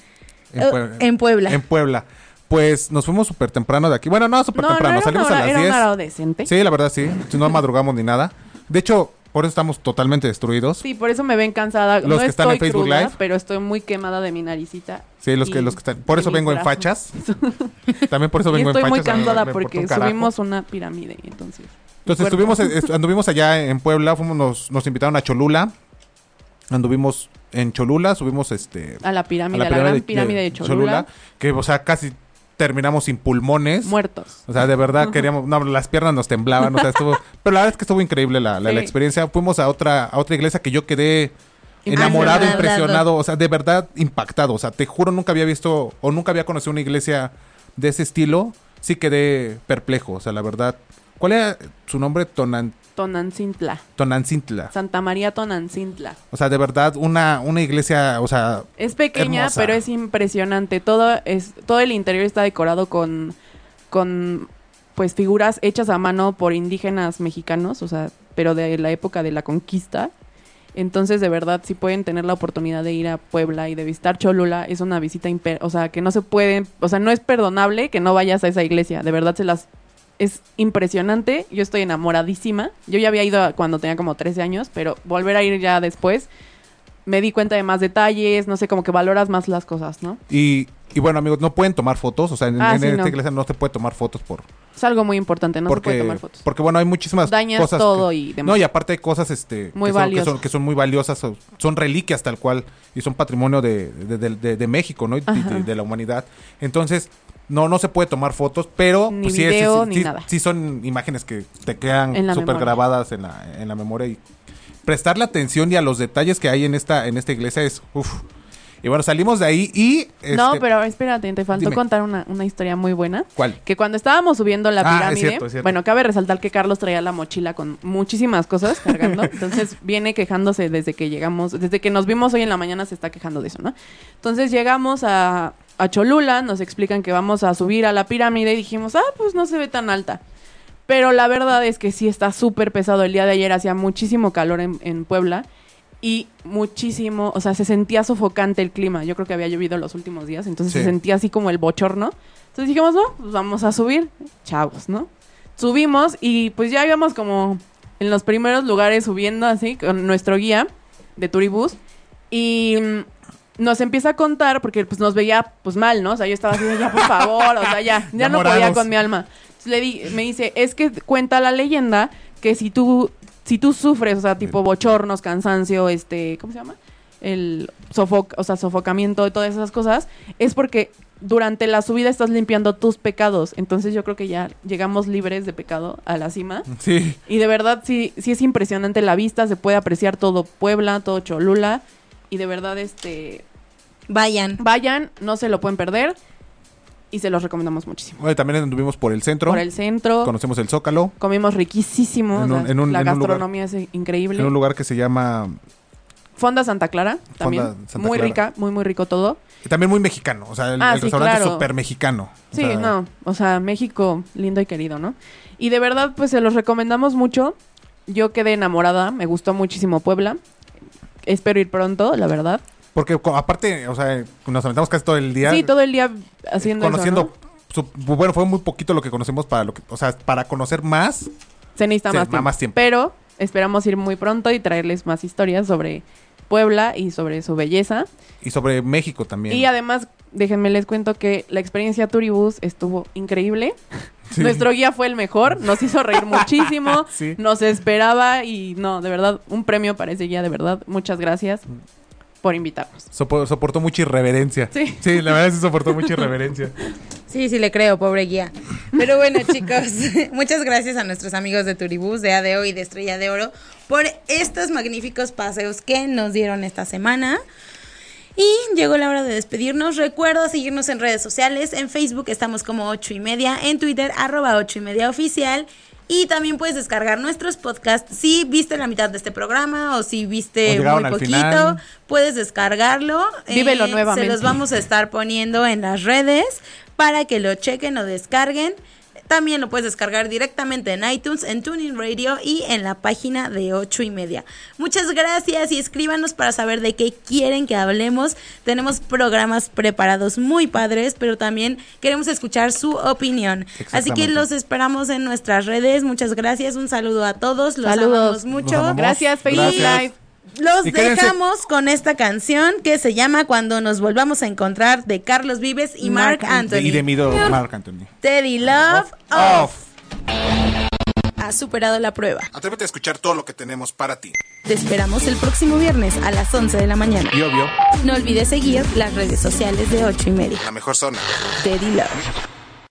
Speaker 3: Oh,
Speaker 1: eh,
Speaker 4: Pue-
Speaker 1: en Puebla.
Speaker 4: En Puebla. Pues nos fuimos súper temprano de aquí. Bueno, no, súper
Speaker 3: No,
Speaker 4: temprano.
Speaker 3: no era
Speaker 4: Salimos
Speaker 3: una hora,
Speaker 4: a las
Speaker 3: era
Speaker 4: 10.
Speaker 3: una hora decente.
Speaker 4: Sí, la verdad sí. No madrugamos ni nada. De hecho, por eso estamos totalmente destruidos. Sí,
Speaker 3: Sí, por eso me ven cansada.
Speaker 4: Los
Speaker 3: no
Speaker 4: que están
Speaker 3: estoy
Speaker 4: en Facebook
Speaker 3: cruda,
Speaker 4: Live.
Speaker 3: Pero estoy muy quemada de mi naricita.
Speaker 4: los, que,
Speaker 3: y
Speaker 4: los que están. Por
Speaker 3: de
Speaker 4: eso
Speaker 3: mis
Speaker 4: vengo en
Speaker 3: brazos.
Speaker 4: fachas. También por eso
Speaker 3: Y
Speaker 4: vengo en
Speaker 3: estoy
Speaker 4: fachas.
Speaker 3: muy
Speaker 4: me- me-
Speaker 3: cansada
Speaker 4: me importa
Speaker 3: porque
Speaker 4: un carajo.
Speaker 3: subimos una pirámide. Entonces,
Speaker 4: Entonces
Speaker 3: cuerpo.
Speaker 4: estuvimos, est- anduvimos allá en Puebla, fuimos, nos, nos invitaron a Cholula, anduvimos en Cholula, subimos este
Speaker 3: a la pirámide, a la, gran pirámide de, Cholula,
Speaker 4: que o sea casi terminamos sin pulmones.
Speaker 3: Muertos.
Speaker 4: O sea, de verdad queríamos, no, las piernas nos temblaban, o sea, estuvo, pero la verdad es que estuvo increíble la, la- la
Speaker 3: Sí.
Speaker 4: experiencia. Fuimos a otra, a otra iglesia que yo quedé enamorado,
Speaker 1: Impresionado.
Speaker 4: impresionado, o sea, de verdad impactado. O sea, te juro, nunca había visto o nunca había conocido una iglesia de ese estilo. Sí quedé perplejo, o sea, la verdad. ¿Cuál era su nombre? Tonan,
Speaker 3: Tonancintla.
Speaker 4: Tonancintla.
Speaker 3: Santa María Tonancintla.
Speaker 4: O sea, de verdad, una, una iglesia, o sea,
Speaker 3: Es pequeña,
Speaker 4: Hermosa.
Speaker 3: pero es impresionante. Todo es todo el interior está decorado con con pues figuras hechas a mano por indígenas mexicanos, o sea, pero de la época de la conquista. Entonces, de verdad, si pueden tener la oportunidad de ir a Puebla y de visitar Cholula, es una visita, imper- o sea, que no se puede, o sea, no es perdonable que no vayas a esa iglesia. De verdad, se las es impresionante. Yo estoy enamoradísima. Yo ya había ido a- cuando tenía como 13 años, pero volver a ir ya después me di cuenta de más detalles, no sé, como que valoras más las cosas, ¿no?
Speaker 4: y, y bueno, amigos, no pueden tomar fotos, o sea, en,
Speaker 3: Ah,
Speaker 4: en
Speaker 3: sí,
Speaker 4: esta
Speaker 3: no.
Speaker 4: iglesia no se puede tomar fotos por,
Speaker 3: Es algo muy importante, no se puede
Speaker 4: porque,
Speaker 3: tomar fotos.
Speaker 4: porque bueno, hay muchísimas
Speaker 3: Dañas
Speaker 4: cosas
Speaker 3: todo
Speaker 4: que-
Speaker 3: y demás.
Speaker 4: No, y aparte hay cosas este
Speaker 3: Muy
Speaker 4: que, son, que, son,
Speaker 3: valiosas.
Speaker 4: que son muy valiosas, son, son reliquias tal cual y son patrimonio de, de- de- de- de México, ¿no? Y de, de- de la humanidad. Entonces, no no se puede tomar fotos, pero
Speaker 3: Ni
Speaker 4: pues, sí, es-
Speaker 3: video,
Speaker 4: sí,
Speaker 3: ni
Speaker 4: sí-
Speaker 3: nada.
Speaker 4: sí son imágenes que te
Speaker 3: En
Speaker 4: quedan
Speaker 3: la
Speaker 4: súper
Speaker 3: memoria.
Speaker 4: grabadas en la, en la memoria y prestarle atención y a los detalles que hay en esta en esta iglesia es uf. Y bueno, salimos de ahí y
Speaker 3: no,
Speaker 4: este,
Speaker 3: pero espérate, te faltó
Speaker 4: Dime.
Speaker 3: contar una, una historia muy buena.
Speaker 4: ¿Cuál?
Speaker 3: Que cuando estábamos subiendo la
Speaker 4: Ah, es
Speaker 3: pirámide,
Speaker 4: cierto, es cierto.
Speaker 3: bueno, cabe resaltar que Carlos traía la mochila con muchísimas cosas cargando, entonces viene quejándose desde que llegamos, desde que nos vimos hoy en la mañana se está quejando de eso, ¿no? Entonces llegamos a, a Cholula, nos explican que vamos a subir a la pirámide y dijimos, ah, pues no se ve tan alta. Pero la verdad es que sí está súper pesado. El día de ayer hacía muchísimo calor en, en Puebla y muchísimo, o sea, se sentía sofocante el clima. Yo creo que había llovido los últimos días, entonces
Speaker 4: Sí.
Speaker 3: se sentía así como el bochorno. Entonces dijimos, no, pues vamos a subir, chavos, ¿no? Subimos y pues ya íbamos como en los primeros lugares subiendo así con nuestro guía de Turibus y mm, nos empieza a contar porque pues nos veía pues mal, ¿no? O sea, yo estaba así de ya por favor, o sea, ya ya no podía
Speaker 4: Enamorados.
Speaker 3: con mi alma. Entonces, le di, me dice, "Es que cuenta la leyenda que si tú si tú sufres, o sea, tipo bochornos, cansancio, este, ¿cómo se llama? El sofoc, o sea, sofocamiento y todas esas cosas, es porque durante la subida estás limpiando tus pecados. Entonces, yo creo que ya llegamos libres de pecado a la cima.
Speaker 4: sí.
Speaker 3: Y de verdad, sí, sí es impresionante la vista, se puede apreciar todo Puebla, todo Cholula. Y de verdad, este,
Speaker 1: Vayan.
Speaker 3: vayan, no se lo pueden perder. Y se los recomendamos muchísimo.
Speaker 4: Bueno, también anduvimos por el centro.
Speaker 3: Por el centro,
Speaker 4: Conocemos el Zócalo.
Speaker 3: comimos riquísimo. o
Speaker 4: En
Speaker 3: sea,
Speaker 4: un- en un-
Speaker 3: la
Speaker 4: en un lugar-
Speaker 3: gastronomía es increíble.
Speaker 4: En un lugar que se llama.
Speaker 3: Fonda Santa Clara, también.
Speaker 4: Santa
Speaker 3: muy
Speaker 4: Clara.
Speaker 3: rica, muy, muy rico todo.
Speaker 4: y También muy mexicano. O sea, el,
Speaker 3: Ah,
Speaker 4: el
Speaker 3: sí,
Speaker 4: restaurante
Speaker 3: claro.
Speaker 4: súper mexicano. O
Speaker 3: Sí,
Speaker 4: sea,
Speaker 3: no, o sea, México lindo y querido, ¿no? Y de verdad, pues se los recomendamos mucho. Yo quedé enamorada, me gustó muchísimo Puebla. Espero ir pronto, la verdad.
Speaker 4: Porque co- aparte, o sea, nos aventamos casi todo el día.
Speaker 3: Sí, todo el día haciendo eso,
Speaker 4: Conociendo.
Speaker 3: ¿no?
Speaker 4: su- bueno, fue muy poquito lo que conocimos para lo que. O sea, para conocer más.
Speaker 3: Se necesita
Speaker 4: Sí,
Speaker 3: más,
Speaker 4: ma-
Speaker 3: tiempo.
Speaker 4: más tiempo.
Speaker 3: Pero esperamos ir muy pronto y traerles más historias sobre Puebla y sobre su belleza.
Speaker 4: Y sobre México también.
Speaker 3: Y además, déjenme les cuento que la experiencia Turibus estuvo increíble. Nuestro guía fue el mejor, nos hizo reír muchísimo,
Speaker 4: Sí.
Speaker 3: nos esperaba y no, de verdad, un premio para ese guía, de verdad. Muchas gracias por invitarnos.
Speaker 4: Sopo- soportó mucha irreverencia.
Speaker 3: Sí.
Speaker 4: la verdad sí soportó mucha irreverencia.
Speaker 1: Sí, sí le creo, pobre guía. Pero bueno, chicos, muchas gracias a nuestros amigos de Turibús, de ADO y de Estrella de Oro por estos magníficos paseos que nos dieron esta semana. Y llegó la hora de despedirnos. Recuerda seguirnos en redes sociales. En Facebook estamos como 8 y media. En Twitter, arroba 8 y media oficial. Y también puedes descargar nuestros podcasts. Si viste la mitad de este programa o si
Speaker 4: O
Speaker 1: viste
Speaker 4: llegaron
Speaker 1: muy
Speaker 4: al
Speaker 1: poquito,
Speaker 4: final.
Speaker 1: puedes descargarlo. Eh,
Speaker 3: Vívelo
Speaker 1: Se
Speaker 3: nuevamente.
Speaker 1: los vamos a estar poniendo en las redes para que lo chequen o descarguen. También lo puedes descargar directamente en iTunes, en Tuning Radio y en la página de 8 y media. Muchas gracias y escríbanos para saber de qué quieren que hablemos. Tenemos programas preparados muy padres, pero también queremos escuchar su opinión. Así que
Speaker 4: Exactamente.
Speaker 1: los esperamos en nuestras redes. Muchas gracias. Un saludo a todos. Los
Speaker 3: Saludos.
Speaker 1: amamos mucho.
Speaker 4: Los amamos.
Speaker 3: Gracias, Facebook
Speaker 4: Gracias.
Speaker 3: Live.
Speaker 1: Los
Speaker 4: Y quédense-
Speaker 1: dejamos con esta canción que se llama Cuando nos volvamos a encontrar de Carlos Vives y Mark,
Speaker 3: Marc
Speaker 1: Anthony. Oh.
Speaker 4: Y de Mido Mark Anthony.
Speaker 1: Teddy Love Off. Ha superado la prueba.
Speaker 2: Atrévete a escuchar todo lo que tenemos para ti.
Speaker 1: Te esperamos el próximo viernes a las 11 de la mañana.
Speaker 4: Y obvio.
Speaker 1: No olvides seguir las redes sociales de 8 y media.
Speaker 2: La mejor zona.
Speaker 1: Teddy Love.